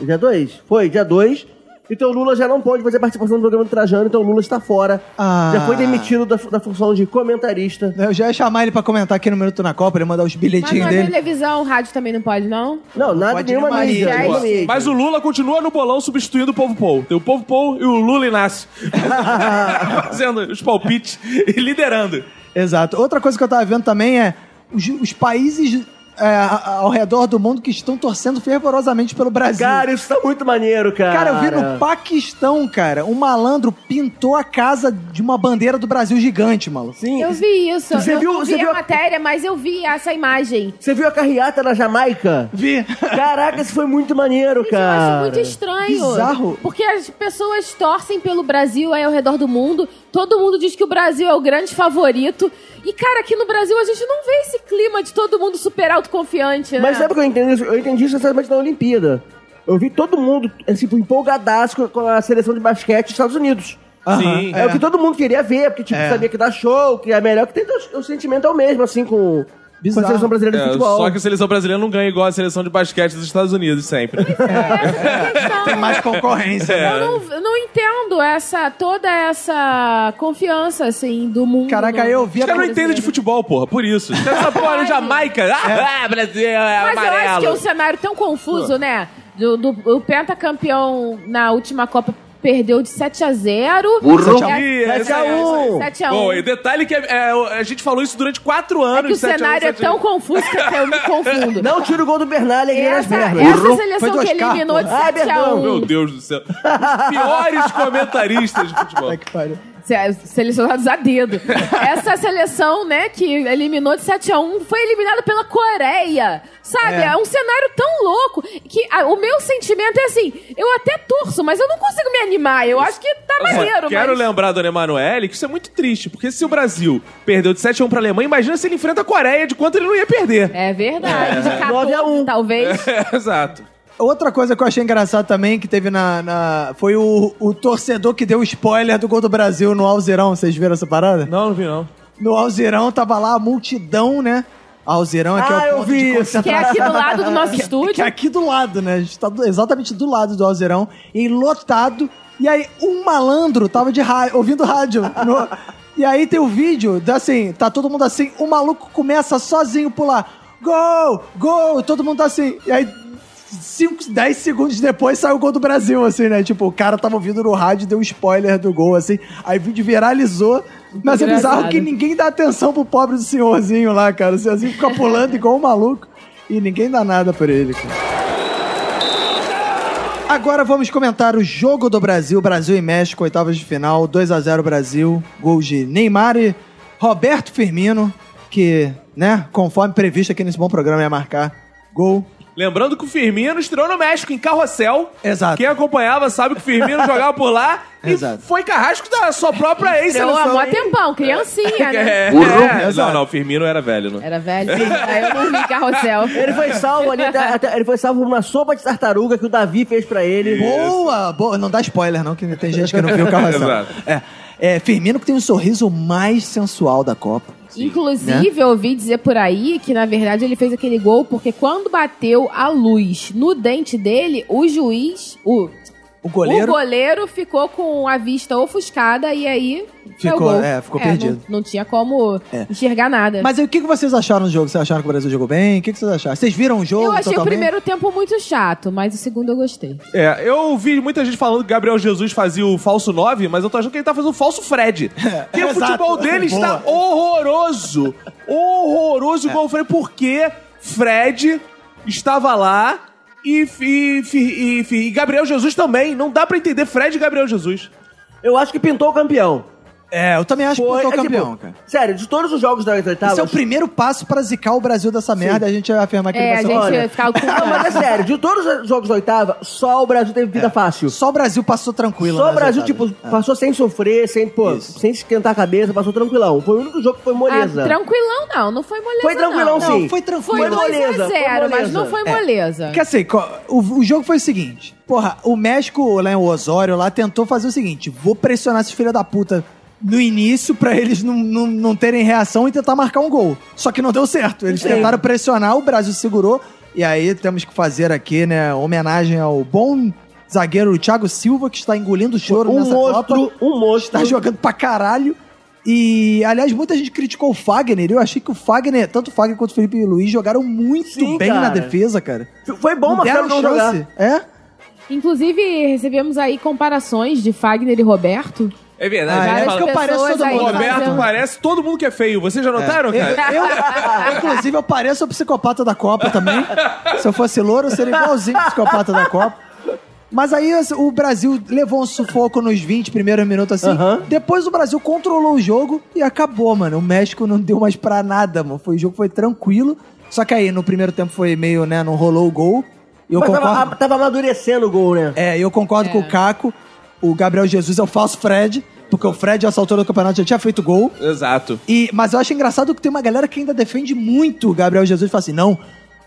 Speaker 3: Dia 2? Foi, dia 2. Então o Lula já não pode fazer participação do programa do Trajano, então o Lula está fora.
Speaker 1: Ah.
Speaker 3: Já foi demitido da, da função de comentarista.
Speaker 1: Eu já ia chamar ele pra comentar aqui no Minuto na Copa, ele mandar os
Speaker 4: Mas na
Speaker 1: bilhetinhos dele.
Speaker 4: televisão, rádio também não pode, não?
Speaker 3: Não, nada,
Speaker 1: pode
Speaker 3: nenhuma
Speaker 1: nenhuma
Speaker 3: mídia.
Speaker 1: mídia,
Speaker 3: nenhuma
Speaker 4: pode.
Speaker 3: mídia.
Speaker 2: Mas o Lula continua no bolão substituindo o povo Paul. Tem o povo Paul e o Lula Inácio. Fazendo os palpites e liderando.
Speaker 1: Exato. Outra coisa que eu tava vendo também é os, os países é, a- ao redor do mundo que estão torcendo fervorosamente pelo Brasil.
Speaker 3: Cara, isso tá muito maneiro, cara.
Speaker 1: Cara, eu vi no Paquistão, cara, um malandro pintou a casa de uma bandeira do Brasil gigante, maluco.
Speaker 3: Sim.
Speaker 4: Eu vi isso.
Speaker 3: Você
Speaker 4: eu
Speaker 3: viu-
Speaker 4: não
Speaker 3: você
Speaker 4: vi
Speaker 3: viu
Speaker 4: a
Speaker 3: a-
Speaker 4: matéria, mas eu vi essa imagem.
Speaker 3: Você viu a carreata na Jamaica?
Speaker 1: Vi.
Speaker 3: Caraca, isso foi muito maneiro,
Speaker 4: Gente, eu acho
Speaker 3: cara.
Speaker 4: muito estranho.
Speaker 1: Bizarro.
Speaker 4: Porque as pessoas torcem pelo Brasil aí ao redor do mundo. Todo mundo diz que o Brasil é o grande favorito. E, cara, aqui no Brasil a gente não vê esse clima de todo mundo super autoconfiante, né?
Speaker 3: Mas sabe o que eu entendi isso? Eu entendi isso exatamente na Olimpíada. Eu vi todo mundo, assim, tipo, empolgadaço com- com a seleção de basquete dos Estados Unidos.
Speaker 1: Aham,
Speaker 3: É. o que todo mundo queria ver, porque, tipo,
Speaker 1: É.
Speaker 3: sabia que dá show, que é melhor, que tem o, o sentimento é o mesmo, assim, com, com a
Speaker 1: Bizarro.
Speaker 3: seleção brasileira de
Speaker 2: É,
Speaker 3: futebol.
Speaker 2: só que a seleção brasileira não ganha igual a seleção de basquete dos Estados Unidos sempre.
Speaker 4: É
Speaker 1: Tem É mais concorrência. né?
Speaker 4: Eu não, eu não entendo essa, toda essa confiança, assim, do mundo.
Speaker 1: Caraca, eu vi
Speaker 2: Os caras não
Speaker 1: a...
Speaker 4: né?
Speaker 2: entendem de futebol, porra, por isso. Os caras sabem, porra, Jamaica. Ah, ah, Brasil, é
Speaker 4: Mas eu acho que é um
Speaker 2: amarelo.
Speaker 4: cenário tão confuso, né? Do, do, o pentacampeão na última Copa perdeu de 7 a 0
Speaker 5: Burro.
Speaker 4: É-
Speaker 2: Ih, é isso aí, é isso aí.
Speaker 4: 7 a 1
Speaker 2: Bom, e detalhe que é- é, a gente falou isso durante quatro
Speaker 4: É
Speaker 2: anos.
Speaker 4: que o
Speaker 2: sete
Speaker 4: cenário é
Speaker 2: anos, sete um.
Speaker 4: tão confuso que até eu me confundo.
Speaker 3: Não tira o gol do Bernal e ganha as
Speaker 4: essa, é
Speaker 3: pernas.
Speaker 4: essa
Speaker 1: Foi
Speaker 4: seleção
Speaker 1: duas
Speaker 4: que eliminou de
Speaker 3: cartas. Ai,
Speaker 4: 7 a
Speaker 3: perdão.
Speaker 2: Meu
Speaker 4: 1
Speaker 2: Deus do céu. Os piores comentaristas de futebol.
Speaker 1: Puta
Speaker 4: É
Speaker 1: que pariu.
Speaker 4: Se- Selecionados a dedo. Essa seleção, né, que eliminou de 7 a 1 foi eliminada pela Coreia. Sabe?
Speaker 1: É.
Speaker 4: É, um cenário tão louco que ah, o meu sentimento é assim: eu até torço, mas eu não consigo me animar. Eu acho que tá
Speaker 2: Olha só,
Speaker 4: maneiro,
Speaker 2: quero
Speaker 4: mas.
Speaker 2: lembrar, dona Emanuele, que isso é muito triste, porque se o Brasil perdeu de 7 a 1 pra Alemanha, imagina se ele enfrenta a Coreia, de quanto ele não ia perder.
Speaker 4: É verdade.
Speaker 3: 9
Speaker 4: De
Speaker 3: a
Speaker 4: 14,
Speaker 3: 1.
Speaker 4: talvez.
Speaker 2: Exato.
Speaker 1: Outra coisa que eu achei engraçado também, que teve na. na- foi o, o torcedor que deu spoiler do gol do Brasil no Alzirão. Vocês viram essa parada?
Speaker 2: Não, não vi não.
Speaker 1: No Alzirão tava lá a multidão, né? Alzirão aqui
Speaker 3: Ah,
Speaker 1: é
Speaker 3: eu
Speaker 1: o ponto
Speaker 3: vi
Speaker 1: de
Speaker 3: isso.
Speaker 4: Que é
Speaker 1: concentração.
Speaker 4: aqui do lado do nosso estúdio.
Speaker 1: Que é aqui do lado, né? A gente tá do- exatamente do lado do Alzerão, e lotado. E aí, um malandro tava de rádio, ouvindo rádio. no- e aí tem o vídeo, da, assim, tá todo mundo assim, o maluco começa sozinho pular. Gol! Gol! Todo mundo tá assim. E aí, 5, 10 segundos depois sai o gol do Brasil, assim, né? Tipo, o cara tava ouvindo no rádio, deu um spoiler do gol, assim. Aí o vídeo viralizou. Mas é
Speaker 4: Engraçado.
Speaker 1: bizarro que ninguém dá atenção pro pobre do senhorzinho lá, cara. O senhorzinho fica pulando igual um maluco e ninguém dá nada por ele, cara. Agora vamos comentar o jogo do Brasil, Brasil e México, oitavas de final, 2 a 0 Brasil, gols de Neymar e Roberto Firmino, que, né, conforme previsto aqui nesse bom programa, ia marcar gol.
Speaker 2: Lembrando que o Firmino estreou no México, em Carrossel.
Speaker 1: Exato.
Speaker 2: Quem acompanhava sabe que o Firmino jogava por lá e
Speaker 1: Exato.
Speaker 2: foi carrasco da sua própria
Speaker 4: Eu há
Speaker 2: ex-seleção.
Speaker 4: mó tempão, criancinha, né?
Speaker 2: É, é,
Speaker 5: Burro.
Speaker 2: Não,
Speaker 1: Exato.
Speaker 2: não, o Firmino era velho, né?
Speaker 4: Era velho. Aí eu não vi carrossel.
Speaker 3: Ele foi salvo ali, até- até- ele foi salvo por uma sopa de tartaruga que o Davi fez pra ele.
Speaker 1: Boa, boa. Não dá spoiler, não, que tem gente que não viu o carrossel.
Speaker 2: Exato.
Speaker 1: É. É, Firmino que tem o sorriso mais sensual da Copa.
Speaker 4: Inclusive, eu ouvi dizer por aí que, na verdade, ele fez aquele gol porque quando bateu a luz no dente dele, o juiz, o,
Speaker 1: O goleiro.
Speaker 4: o goleiro ficou com a vista ofuscada e aí foi o
Speaker 1: Ficou-
Speaker 4: gol.
Speaker 1: é, ficou perdido.
Speaker 4: Não, não tinha como
Speaker 1: É.
Speaker 4: enxergar nada.
Speaker 1: Mas aí, o que que vocês acharam do jogo? Vocês acharam que o Brasil jogou bem? O que que vocês acharam? Vocês viram o jogo?
Speaker 4: eu achei o
Speaker 1: totalmente?
Speaker 4: primeiro tempo muito chato, mas o segundo eu gostei.
Speaker 2: É, eu vi muita gente falando que Gabriel Jesus fazia o falso 9, mas eu tô achando que ele tá fazendo o falso Fred. Porque o
Speaker 1: exato.
Speaker 2: futebol dele está
Speaker 1: Boa.
Speaker 2: horroroso. Horroroso igual o Fred, porque Fred estava lá e, fi- fi- e fi- e Gabriel Jesus também. Não dá pra entender Fred e Gabriel Jesus.
Speaker 3: Eu acho que pintou o campeão.
Speaker 1: É, eu também acho que
Speaker 3: Foi-
Speaker 1: eu tô
Speaker 3: é, tipo,
Speaker 1: campeão, cara.
Speaker 3: Sério, de todos os jogos da oitava.
Speaker 1: Esse é o primeiro passo pra zicar o Brasil dessa merda. A gente vai afirmar que
Speaker 4: É, a
Speaker 1: ele
Speaker 4: gente
Speaker 1: vai ser...
Speaker 3: olha.
Speaker 4: ficava com.
Speaker 3: Não, mas é
Speaker 1: Ah.
Speaker 3: sério, de todos os jogos da oitava, só o Brasil teve vida fácil.
Speaker 1: É. Só o Brasil passou tranquilo.
Speaker 3: Só o
Speaker 1: nas
Speaker 3: Brasil, tipo,
Speaker 1: oitavas. É.
Speaker 3: passou sem sofrer, sem, pô,
Speaker 1: Isso.
Speaker 3: sem esquentar a cabeça, passou tranquilão. Foi o único jogo que foi
Speaker 4: Ah,
Speaker 3: moleza.
Speaker 4: tranquilão não, não foi moleza
Speaker 3: Foi tranquilão,
Speaker 4: não.
Speaker 1: Não,
Speaker 3: sim.
Speaker 1: foi tranquilo.
Speaker 4: Foi
Speaker 3: Foi moleza,
Speaker 4: 2x0,
Speaker 3: foi
Speaker 4: mas não
Speaker 3: moleza.
Speaker 4: foi moleza.
Speaker 1: Porque assim, co- o, o jogo foi o seguinte. Porra, o México, lá em Osório, lá tentou fazer o seguinte. Vou pressionar esses filhos da puta no início pra eles não, não, não terem reação e tentar marcar um gol. Só que não deu certo. Eles tentaram pressionar, o Brasil segurou. E aí temos que fazer aqui, né, homenagem ao bom zagueiro Thiago Silva, que está engolindo choro
Speaker 3: um
Speaker 1: nessa
Speaker 3: monstro,
Speaker 1: Copa.
Speaker 3: um monstro.
Speaker 1: Tá jogando pra caralho. E, aliás, muita gente criticou o Fagner. Eu achei que o Fagner, tanto o Fagner quanto o Felipe Luiz, jogaram muito
Speaker 3: Sim,
Speaker 1: bem na
Speaker 3: cara.
Speaker 1: defesa, cara.
Speaker 3: Foi bom,
Speaker 1: Não
Speaker 3: mas
Speaker 1: deram
Speaker 3: não jogar.
Speaker 1: chance. É?
Speaker 4: Inclusive, recebemos aí comparações de Fagner e Roberto.
Speaker 2: É verdade.
Speaker 1: Ah,
Speaker 2: a
Speaker 1: é
Speaker 2: gente
Speaker 4: Várias
Speaker 1: porque eu né?"
Speaker 2: fala,
Speaker 1: pareço
Speaker 4: pessoas
Speaker 1: todo
Speaker 4: aí
Speaker 2: o
Speaker 1: mundo.
Speaker 2: Roberto
Speaker 4: fazendo-
Speaker 2: parece todo mundo que é feio. Vocês já notaram,
Speaker 1: Eu,
Speaker 2: cara?
Speaker 1: eu- inclusive, eu pareço o psicopata da Copa também. Se eu fosse louro, eu seria igualzinho o psicopata da Copa. Mas aí assim, o Brasil levou um sufoco nos 20 primeiros minutos, assim.
Speaker 3: Aham.
Speaker 1: Depois o Brasil controlou o jogo e acabou, mano. O México não deu mais pra nada, mano. Foi, o jogo foi tranquilo. Só que aí, no primeiro tempo, foi meio, né, não rolou o gol. E eu
Speaker 3: Mas
Speaker 1: concordo...
Speaker 3: tava, tava amadurecendo o gol, né?
Speaker 1: É, eu concordo com o Caco. O Gabriel Jesus é o falso Fred, porque o Fred, essa altura do campeonato, já tinha feito gol.
Speaker 2: Exato.
Speaker 1: E, mas eu acho engraçado que tem uma galera que ainda defende muito o Gabriel Jesus. Fala assim, não,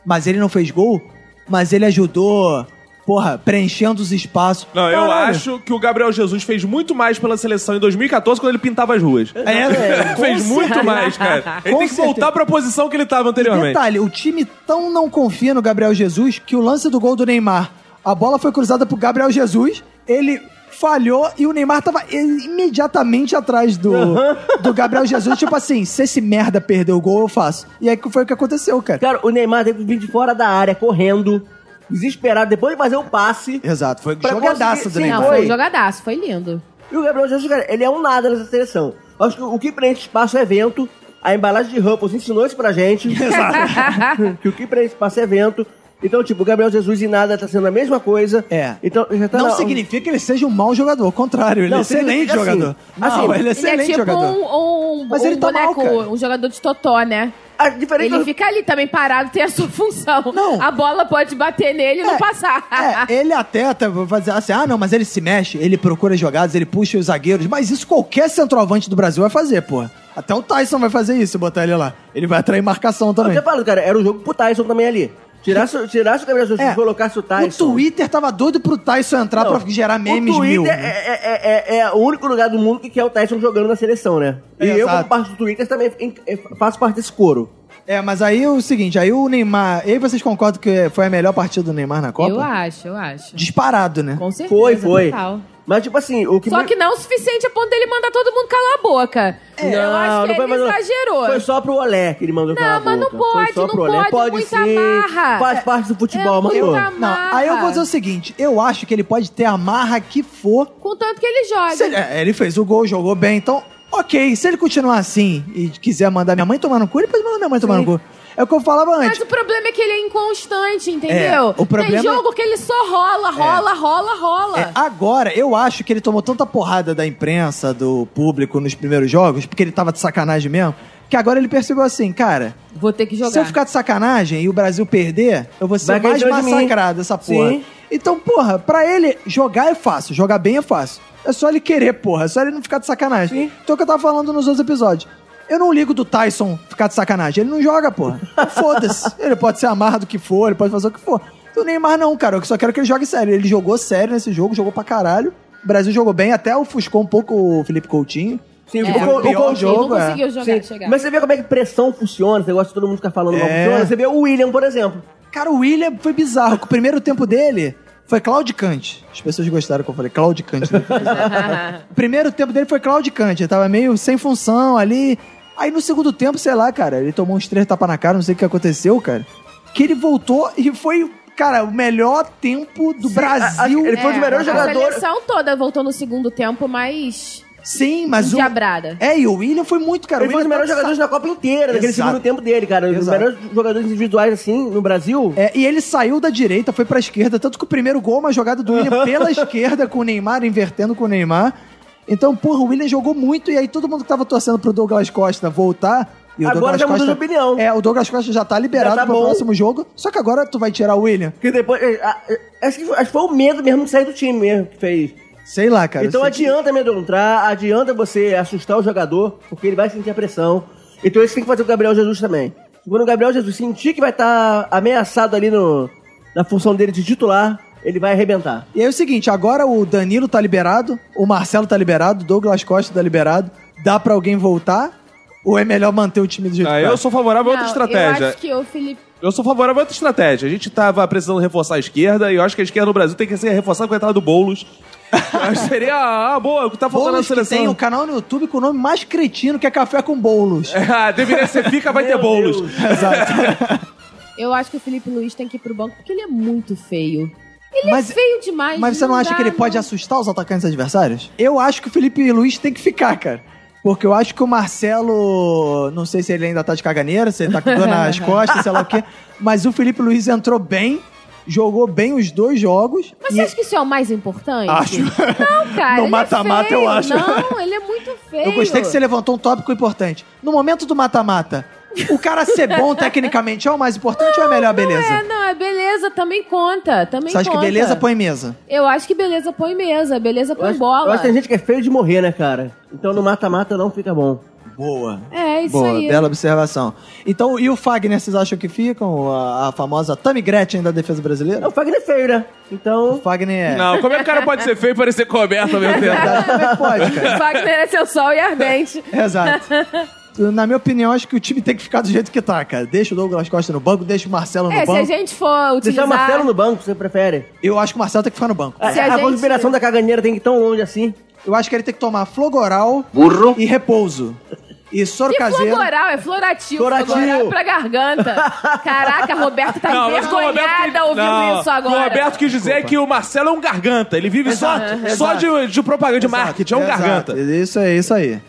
Speaker 1: mas ele não fez gol, mas ele ajudou, porra, preenchendo os espaços.
Speaker 2: Não, eu
Speaker 1: Caralho.
Speaker 2: acho que o Gabriel Jesus fez muito mais pela seleção em 2014 quando ele pintava as ruas.
Speaker 1: É,
Speaker 2: fez
Speaker 1: com
Speaker 2: muito
Speaker 1: certeza.
Speaker 2: mais, cara. Ele
Speaker 1: Com
Speaker 2: tem que
Speaker 1: certeza.
Speaker 2: voltar pra posição que ele tava anteriormente.
Speaker 1: Detalhe, o time tão não confia no Gabriel Jesus que o lance do gol do Neymar, a bola foi cruzada pro Gabriel Jesus, ele falhou e o Neymar tava i- imediatamente atrás do, do Gabriel Jesus. Tipo assim, se esse merda perdeu o gol, eu faço. E aí que foi o que aconteceu, cara.
Speaker 3: Cara, o Neymar teve que vir de fora da área, correndo, desesperado, depois de fazer o passe.
Speaker 1: Exato, foi
Speaker 3: Pra
Speaker 1: jogadaço do
Speaker 3: conseguir- sim,
Speaker 1: Neymar.
Speaker 4: Não, foi
Speaker 3: Foi.
Speaker 4: um jogadaço, foi lindo.
Speaker 3: E o Gabriel Jesus, cara, ele é um nada nessa seleção. Acho que o que preenche espaço é evento. A embalagem de Rumpels ensinou isso pra gente. que o que preenche espaço é evento. Então, tipo, o Gabriel Jesus e nada tá sendo a mesma coisa.
Speaker 1: É.
Speaker 3: Então, já tá
Speaker 1: Não
Speaker 3: na-
Speaker 1: significa que ele seja um mau jogador, ao contrário, ele
Speaker 3: Não,
Speaker 1: é excelente
Speaker 3: significa assim,
Speaker 1: jogador.
Speaker 3: assim,
Speaker 1: não, ele é excelente
Speaker 4: ele é tipo
Speaker 1: jogador.
Speaker 4: um, um,
Speaker 1: Mas
Speaker 4: um
Speaker 1: ele tá mal,
Speaker 4: boneco,
Speaker 1: cara.
Speaker 4: um jogador de totó, né?
Speaker 3: A diferença é
Speaker 4: Ele fica ali também parado, tem a sua função.
Speaker 1: Não.
Speaker 4: A bola pode bater nele e
Speaker 1: É,
Speaker 4: não passar.
Speaker 1: É, ele até até vai dizer assim, ah, não, mas ele se mexe, ele procura jogadas, ele puxa os zagueiros, mas isso qualquer centroavante do Brasil vai fazer, pô. Até o Tyson vai fazer isso, botar ele lá. Ele vai atrair marcação
Speaker 3: Eu
Speaker 1: também.
Speaker 3: já falo, cara, era o jogo pro Tyson também ali. Tirasse, tirasse o Gabriel Jesus
Speaker 1: É.
Speaker 3: e colocasse assim, o Tyson.
Speaker 1: O Twitter tava doido pro Tyson entrar
Speaker 3: Não,
Speaker 1: pra gerar memes
Speaker 3: o Twitter
Speaker 1: mil. né?
Speaker 3: É, é, é, é o único lugar do mundo que quer o Tyson jogando na seleção, né? E
Speaker 1: É,
Speaker 3: eu,
Speaker 1: exato.
Speaker 3: como parte do Twitter, também em- eh, faço parte desse coro.
Speaker 1: É, mas aí é o seguinte, aí o Neymar... E aí vocês concordam que foi a melhor partida do Neymar na Copa?
Speaker 4: Eu acho, eu acho.
Speaker 1: Disparado, né?
Speaker 4: Com certeza.
Speaker 3: Foi, foi.
Speaker 4: total.
Speaker 3: Mas, tipo assim, o que...
Speaker 4: Só
Speaker 3: muito-
Speaker 4: que não o suficiente a ponto dele mandar todo mundo calar a boca. É,
Speaker 1: É.
Speaker 4: eu acho que ele
Speaker 3: mais-
Speaker 4: exagerou.
Speaker 3: Foi só pro Olé que ele mandou
Speaker 4: Não,
Speaker 3: calar a
Speaker 4: mas não
Speaker 3: boca. Foi
Speaker 4: pode,
Speaker 3: só
Speaker 4: não
Speaker 3: pro Olé.
Speaker 4: pode, muita barra.
Speaker 3: Faz parte do futebol, mano.
Speaker 4: é muita
Speaker 3: mandou.
Speaker 1: Não,
Speaker 4: amarra.
Speaker 1: aí eu vou dizer o seguinte, eu acho que ele pode ter a marra que for
Speaker 4: Contanto que ele joga.
Speaker 1: Se ele, é, ele fez o gol, jogou bem, então, ok. Se ele continuar assim e quiser mandar minha mãe tomar no cu, ele pode mandar minha mãe tomar no cu. É o que eu falava
Speaker 4: Mas
Speaker 1: antes.
Speaker 4: o problema é que ele é inconstante, entendeu?
Speaker 1: o problema é-
Speaker 4: Tem jogo que ele só rola, rola, rola, rola.
Speaker 1: É, agora, eu acho que ele tomou tanta porrada da imprensa, do público nos primeiros jogos, porque ele tava de sacanagem mesmo, que agora ele percebeu assim, cara,
Speaker 4: Vou ter que jogar.
Speaker 1: se eu ficar de sacanagem e o Brasil perder, eu vou ser
Speaker 3: Vai ganhar
Speaker 1: mais
Speaker 3: de mim.
Speaker 1: massacrado essa porra.
Speaker 3: Sim.
Speaker 1: Então, porra, pra ele jogar é fácil, jogar bem é fácil. É só ele querer, porra, é só ele não ficar de sacanagem.
Speaker 3: Sim.
Speaker 1: Então é o que eu tava falando nos outros episódios. Eu não ligo do Tyson ficar de sacanagem, ele não joga, porra. Foda-se. ele pode ser amarra do que for, ele pode fazer o que for. Do Neymar não, cara, eu só quero que ele jogue sério. Ele jogou sério nesse jogo, jogou pra caralho. O Brasil jogou bem, até ofuscou um pouco o Felipe Coutinho.
Speaker 3: Sim,
Speaker 4: É,
Speaker 3: o, gol- o
Speaker 1: pior
Speaker 3: gol-
Speaker 4: ele
Speaker 1: jogo,
Speaker 4: não
Speaker 1: é.
Speaker 4: conseguiu jogar,
Speaker 3: sim.
Speaker 4: chegar.
Speaker 3: Mas você vê como é que pressão funciona, esse negócio que todo mundo fica falando mal
Speaker 1: É.
Speaker 3: funciona. Você vê o William, por exemplo.
Speaker 1: Cara, o William foi bizarro. que O primeiro tempo dele foi claudicante. As pessoas gostaram que eu falei claudicante. Né? o primeiro tempo dele foi claudicante. Ele tava meio sem função ali. Aí no segundo tempo, sei lá, cara, ele tomou uns três tapas na cara, não sei o que aconteceu, cara. Que ele voltou e foi, cara, o melhor tempo do
Speaker 3: a- a-
Speaker 1: Brasil. É,
Speaker 3: ele foi o melhor
Speaker 4: É, A
Speaker 3: jogador.
Speaker 4: seleção toda voltou no segundo tempo, mas...
Speaker 1: Sim, mas o...
Speaker 4: Diabrada.
Speaker 1: É, e o William foi muito, cara.
Speaker 3: Ele
Speaker 1: o
Speaker 3: foi um
Speaker 1: William
Speaker 3: dos melhores
Speaker 1: tá de
Speaker 3: jogadores da Copa inteira, naquele
Speaker 1: Exato.
Speaker 3: segundo tempo dele, cara. Um dos
Speaker 1: Exato.
Speaker 3: melhores jogadores individuais, assim, no Brasil.
Speaker 1: É, e ele saiu da direita, foi pra esquerda, tanto que o primeiro gol é uma jogada do William pela esquerda com o Neymar, invertendo com o Neymar. Então, porra, o William jogou muito e aí todo mundo que tava torcendo pro Douglas Costa voltar. E o
Speaker 3: Agora
Speaker 1: Douglas
Speaker 3: já mudou
Speaker 1: Costa,
Speaker 3: de opinião.
Speaker 1: É, o Douglas Costa já tá liberado
Speaker 3: Já tá
Speaker 1: pro
Speaker 3: bom.
Speaker 1: próximo jogo. Só que agora tu vai tirar o William.
Speaker 3: Que depois. é, a- é, Acho que, foi- acho que foi o medo mesmo de sair do time mesmo que fez.
Speaker 1: Sei lá, cara.
Speaker 3: então
Speaker 1: sei-
Speaker 3: adianta amedrontar, adianta você assustar o jogador, porque ele vai sentir a pressão. Então isso tem que fazer com o Gabriel Jesus também. Quando o Gabriel Jesus sentir que vai estar ameaçado ali no, na função dele de titular, ele vai arrebentar.
Speaker 1: E aí é o seguinte, agora o Danilo tá liberado, o Marcelo tá liberado, o Douglas Costa tá liberado. Dá pra alguém voltar? Ou é melhor manter o time do jeito
Speaker 2: Ah,
Speaker 1: que tá?
Speaker 2: eu sou favorável a outra
Speaker 4: Não,
Speaker 2: estratégia.
Speaker 4: Eu acho que o Felipe...
Speaker 2: Eu sou favorável a outra estratégia. A gente tava precisando reforçar a esquerda e eu acho que a esquerda no Brasil tem que ser reforçada com a entrada do Boulos. Acho que seria ah, boa, o que tá faltando na
Speaker 1: Boulos que
Speaker 2: seleção.
Speaker 1: tem um canal no YouTube com o nome mais cretino, que é Café com Boulos.
Speaker 2: Ah, deveria ser fica, vai ter
Speaker 3: Meu
Speaker 2: Boulos.
Speaker 3: Deus.
Speaker 1: Exato.
Speaker 4: Eu acho que o Felipe Luiz tem que ir pro banco porque ele é muito feio. Ele
Speaker 1: Mas-
Speaker 4: é feio demais.
Speaker 1: Mas você não acha
Speaker 4: dá,
Speaker 1: que ele pode
Speaker 4: não.
Speaker 1: assustar os atacantes adversários? Eu acho que o Felipe Luiz tem que ficar, cara. Porque eu acho que o Marcelo. Não sei se ele ainda tá de caganeira, se ele tá com dor nas costas, sei lá o quê. Mas o Felipe Luiz entrou bem, jogou bem os dois jogos.
Speaker 4: Mas
Speaker 1: e-
Speaker 4: você acha que isso é o mais importante?
Speaker 1: Acho.
Speaker 4: Não, cara.
Speaker 1: No
Speaker 4: ele é
Speaker 1: mata-mata, eu
Speaker 4: feio.
Speaker 1: acho.
Speaker 4: Não, ele é muito feio.
Speaker 1: Eu gostei que você levantou um tópico importante. No momento do mata-mata, o cara ser bom tecnicamente é o mais importante ou é a melhor beleza?
Speaker 4: É, não, é beleza, também conta. Também
Speaker 1: Você acha que
Speaker 4: conta.
Speaker 1: beleza põe mesa?
Speaker 4: Eu acho que beleza põe mesa, beleza
Speaker 3: Eu
Speaker 4: põe
Speaker 3: acho, eu
Speaker 4: bola.
Speaker 3: acho que tem gente que é feio de morrer, né, cara? Então no mata-mata não fica bom.
Speaker 1: Boa.
Speaker 4: É, isso
Speaker 1: Boa,
Speaker 4: aí.
Speaker 1: bela observação. Então, e o Fagner, vocês acham que ficam? A, a famosa Tammy Gretchen da defesa brasileira?
Speaker 3: O Fagner é feio, né?
Speaker 1: O
Speaker 3: Então.
Speaker 1: Fagner é.
Speaker 2: Não, como é que o cara pode ser feio e parecer coberto ao mesmo tempo?
Speaker 1: Verdade, como é que pode, cara?
Speaker 4: O Wagner é seu sol e ardente.
Speaker 1: Exato. Na minha opinião, acho que o time tem que ficar do jeito que tá, cara. Deixa o Douglas Costa no banco, deixa o Marcelo no
Speaker 4: É, se a
Speaker 1: banco.
Speaker 4: gente for
Speaker 3: Deixar
Speaker 4: utilizar...
Speaker 3: o Marcelo no banco, você prefere?
Speaker 1: Eu acho que o Marcelo tem que ficar no banco.
Speaker 3: A,
Speaker 4: Se a
Speaker 3: a
Speaker 4: gente-
Speaker 3: conspiração da caganeira tem que ir tão longe assim.
Speaker 1: Eu acho que ele tem que tomar flogoral
Speaker 5: burro,
Speaker 1: e repouso. E soro
Speaker 4: E
Speaker 1: caseiro.
Speaker 4: floral, é florativo.
Speaker 3: Florativo.
Speaker 4: Floral é pra garganta. Caraca, a Roberta tá
Speaker 2: mas o
Speaker 4: envergonhada
Speaker 2: quis-
Speaker 4: ouvindo
Speaker 2: não,
Speaker 4: isso agora.
Speaker 2: O Roberto quis dizer que o Marcelo é um garganta. Ele vive
Speaker 1: Exato,
Speaker 2: só, só
Speaker 1: exato.
Speaker 2: de, de propaganda, de
Speaker 1: Exato,
Speaker 2: marketing. É um
Speaker 1: exato.
Speaker 2: garganta.
Speaker 1: Isso aí, isso aí.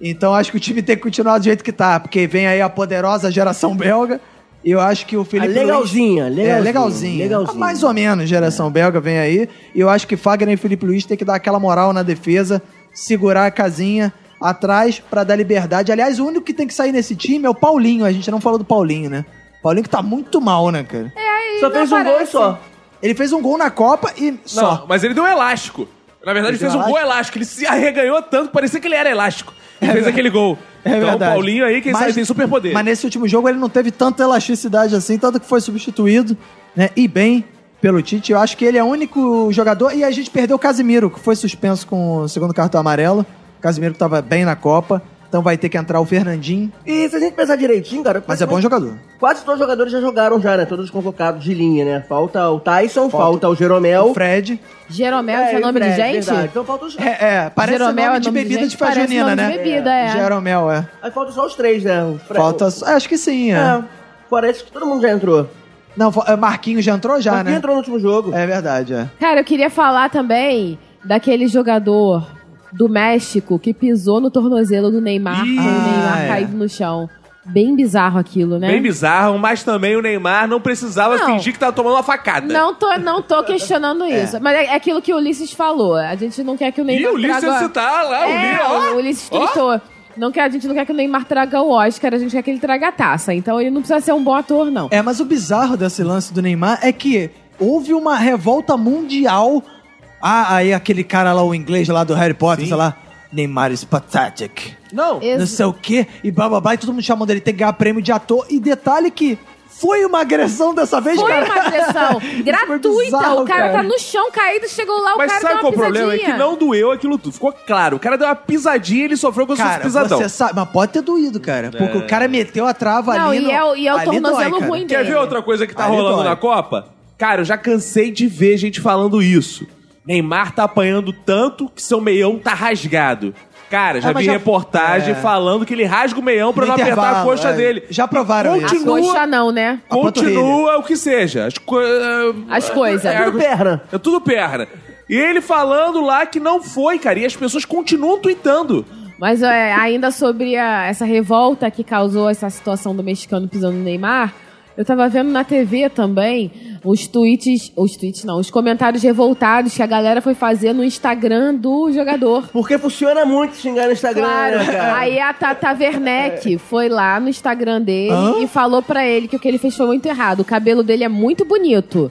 Speaker 1: Então acho que o time tem que continuar do jeito que tá, porque vem aí a poderosa geração belga. E eu acho que o Felipe.
Speaker 3: A Ah, legalzinha,
Speaker 1: Luiz...
Speaker 3: legalzinha,
Speaker 1: É, legalzinha.
Speaker 3: legalzinha.
Speaker 1: Mais ou menos, geração belga vem aí. E eu acho que Fagner e Felipe Luiz tem que dar aquela moral na defesa, segurar a casinha atrás pra dar liberdade. Aliás, o único que tem que sair nesse time é o Paulinho. A gente não falou do Paulinho, né? Paulinho que tá muito mal, né, cara?
Speaker 2: É.
Speaker 3: só
Speaker 4: não
Speaker 3: fez um gol e
Speaker 4: aparece.
Speaker 3: só.
Speaker 1: Ele fez um gol na Copa e só.
Speaker 2: Não, mas ele deu um elástico. Na verdade, ele
Speaker 1: Ele deu
Speaker 2: fez um gol elástico. Ele se arreganhou tanto, que parecia que ele era elástico. E fez aquele gol.
Speaker 1: É
Speaker 2: então,
Speaker 1: verdade.
Speaker 2: o Paulinho aí, quem
Speaker 1: Mas-
Speaker 2: sabe, tem superpoder.
Speaker 1: Mas nesse último jogo ele não teve tanta elasticidade assim, tanto que foi substituído, né? E bem pelo Tite. Eu acho que ele é o único jogador. E a gente perdeu o Casimiro, que foi suspenso com o segundo cartão amarelo. O Casimiro que tava bem na Copa. Então vai ter que entrar o Fernandinho.
Speaker 3: E se a gente pensar direitinho, cara.
Speaker 1: Mas é bom jogador.
Speaker 3: Quase todos os jogadores já jogaram já, né? Todos convocados de linha, né? Falta o Tyson, falta, o Jeromel.
Speaker 1: O Fred.
Speaker 4: Jeromel,
Speaker 3: É,
Speaker 4: já é nome
Speaker 3: é,
Speaker 4: de gente?
Speaker 3: verdade. Então falta os...
Speaker 1: É, é parece
Speaker 4: Jeromel
Speaker 1: nome
Speaker 4: é
Speaker 1: de
Speaker 4: nome de
Speaker 1: bebida
Speaker 4: gente,
Speaker 1: de
Speaker 4: parece
Speaker 1: fajunina,
Speaker 4: nome
Speaker 1: né?
Speaker 4: de bebida, é.
Speaker 1: Jeromel, é.
Speaker 3: Aí falta só os três, né? O Fre-
Speaker 1: Falta. é, acho que sim, é.
Speaker 3: É, parece que todo mundo já entrou.
Speaker 1: Não, fa- é, Marquinhos já entrou já,
Speaker 3: Mas quem
Speaker 1: né?
Speaker 3: entrou no último jogo?
Speaker 1: É verdade, é.
Speaker 4: Cara, eu queria falar também daquele jogador do México que pisou no tornozelo do Neymar,
Speaker 2: Ih,
Speaker 4: com o Neymar
Speaker 1: ah, é.
Speaker 4: caído no chão. Bem bizarro aquilo, né?
Speaker 2: Bem bizarro, mas também o Neymar não precisava
Speaker 4: Não.
Speaker 2: fingir que tava tomando uma facada.
Speaker 4: Não tô, não tô questionando isso. Mas é é aquilo que o Ulisses falou. A gente não quer que o
Speaker 2: E
Speaker 4: Neymar
Speaker 2: o Ulisses
Speaker 4: traga...
Speaker 2: tá lá, o
Speaker 4: É,
Speaker 2: Ulisses, ó.
Speaker 4: o Ulisses
Speaker 2: Ó.
Speaker 4: tweetou. Não quer, a gente não quer que o Neymar traga o Oscar, a gente quer que ele traga a taça. Então ele não precisa ser um bom ator, não.
Speaker 1: É, mas o bizarro desse lance do Neymar é que houve uma revolta mundial. Ah, aí aquele cara lá, o inglês lá do Harry Potter, sei lá. Neymar is pathetic.
Speaker 2: Não.
Speaker 4: Ex-
Speaker 1: Não sei o quê. E blá blá blá. E todo mundo chamando ele tem que ganhar prêmio de ator. E detalhe que foi uma agressão dessa vez,
Speaker 4: Foi
Speaker 1: cara.
Speaker 4: uma agressão gratuita.
Speaker 1: bizarro,
Speaker 4: o cara,
Speaker 1: cara.
Speaker 4: tá no chão caído, chegou lá, o
Speaker 2: Mas
Speaker 4: cara
Speaker 2: sabe
Speaker 4: deu
Speaker 2: qual
Speaker 4: uma
Speaker 2: o problema? É
Speaker 4: pisadinha.
Speaker 2: que não doeu aquilo tudo. Ficou claro. O cara deu uma pisadinha e ele sofreu com o
Speaker 1: Cara,
Speaker 2: pisadão.
Speaker 1: você sabe, mas pode ter doído, cara. Porque
Speaker 2: É.
Speaker 1: o cara meteu a trava
Speaker 4: Não,
Speaker 1: ali.
Speaker 4: e
Speaker 1: no-
Speaker 4: é o- e é o
Speaker 1: ali
Speaker 4: tornozelo
Speaker 1: dói, cara.
Speaker 4: ruim
Speaker 2: Quer ver
Speaker 4: dele.
Speaker 2: outra coisa que tá
Speaker 1: Aí
Speaker 2: rolando
Speaker 1: dói.
Speaker 2: na Copa? Cara, eu já cansei de ver gente falando isso. Neymar tá apanhando tanto que seu meião tá rasgado. Cara, já
Speaker 1: Ah, mas
Speaker 2: vi
Speaker 1: já-
Speaker 2: reportagem
Speaker 1: é.
Speaker 2: falando que ele rasga o meião pra
Speaker 1: No
Speaker 2: não apertar a
Speaker 1: intervalo,
Speaker 2: coxa
Speaker 1: é.
Speaker 2: dele.
Speaker 1: Já provaram
Speaker 2: E
Speaker 1: isso.
Speaker 4: A
Speaker 2: continua,
Speaker 4: coxa não, né?
Speaker 1: A panturrilha.
Speaker 2: Continua o que seja. As, co-
Speaker 4: As coisas.
Speaker 2: É,
Speaker 3: Tudo perna.
Speaker 2: é tudo perna. E ele falando lá que não foi, cara. E as pessoas continuam tweetando.
Speaker 4: Mas é, ainda sobre a- essa revolta que causou essa situação do mexicano pisando no Neymar, eu tava vendo na TV também os tweets, os tweets não, os comentários revoltados que a galera foi fazer no Instagram do jogador.
Speaker 3: Porque funciona muito xingar no Instagram,
Speaker 4: Claro.
Speaker 3: né, cara?
Speaker 4: Aí a Tata Werneck foi lá no Instagram dele
Speaker 1: Hã?
Speaker 4: e falou pra ele que o que ele fez foi muito errado. O cabelo dele é muito bonito.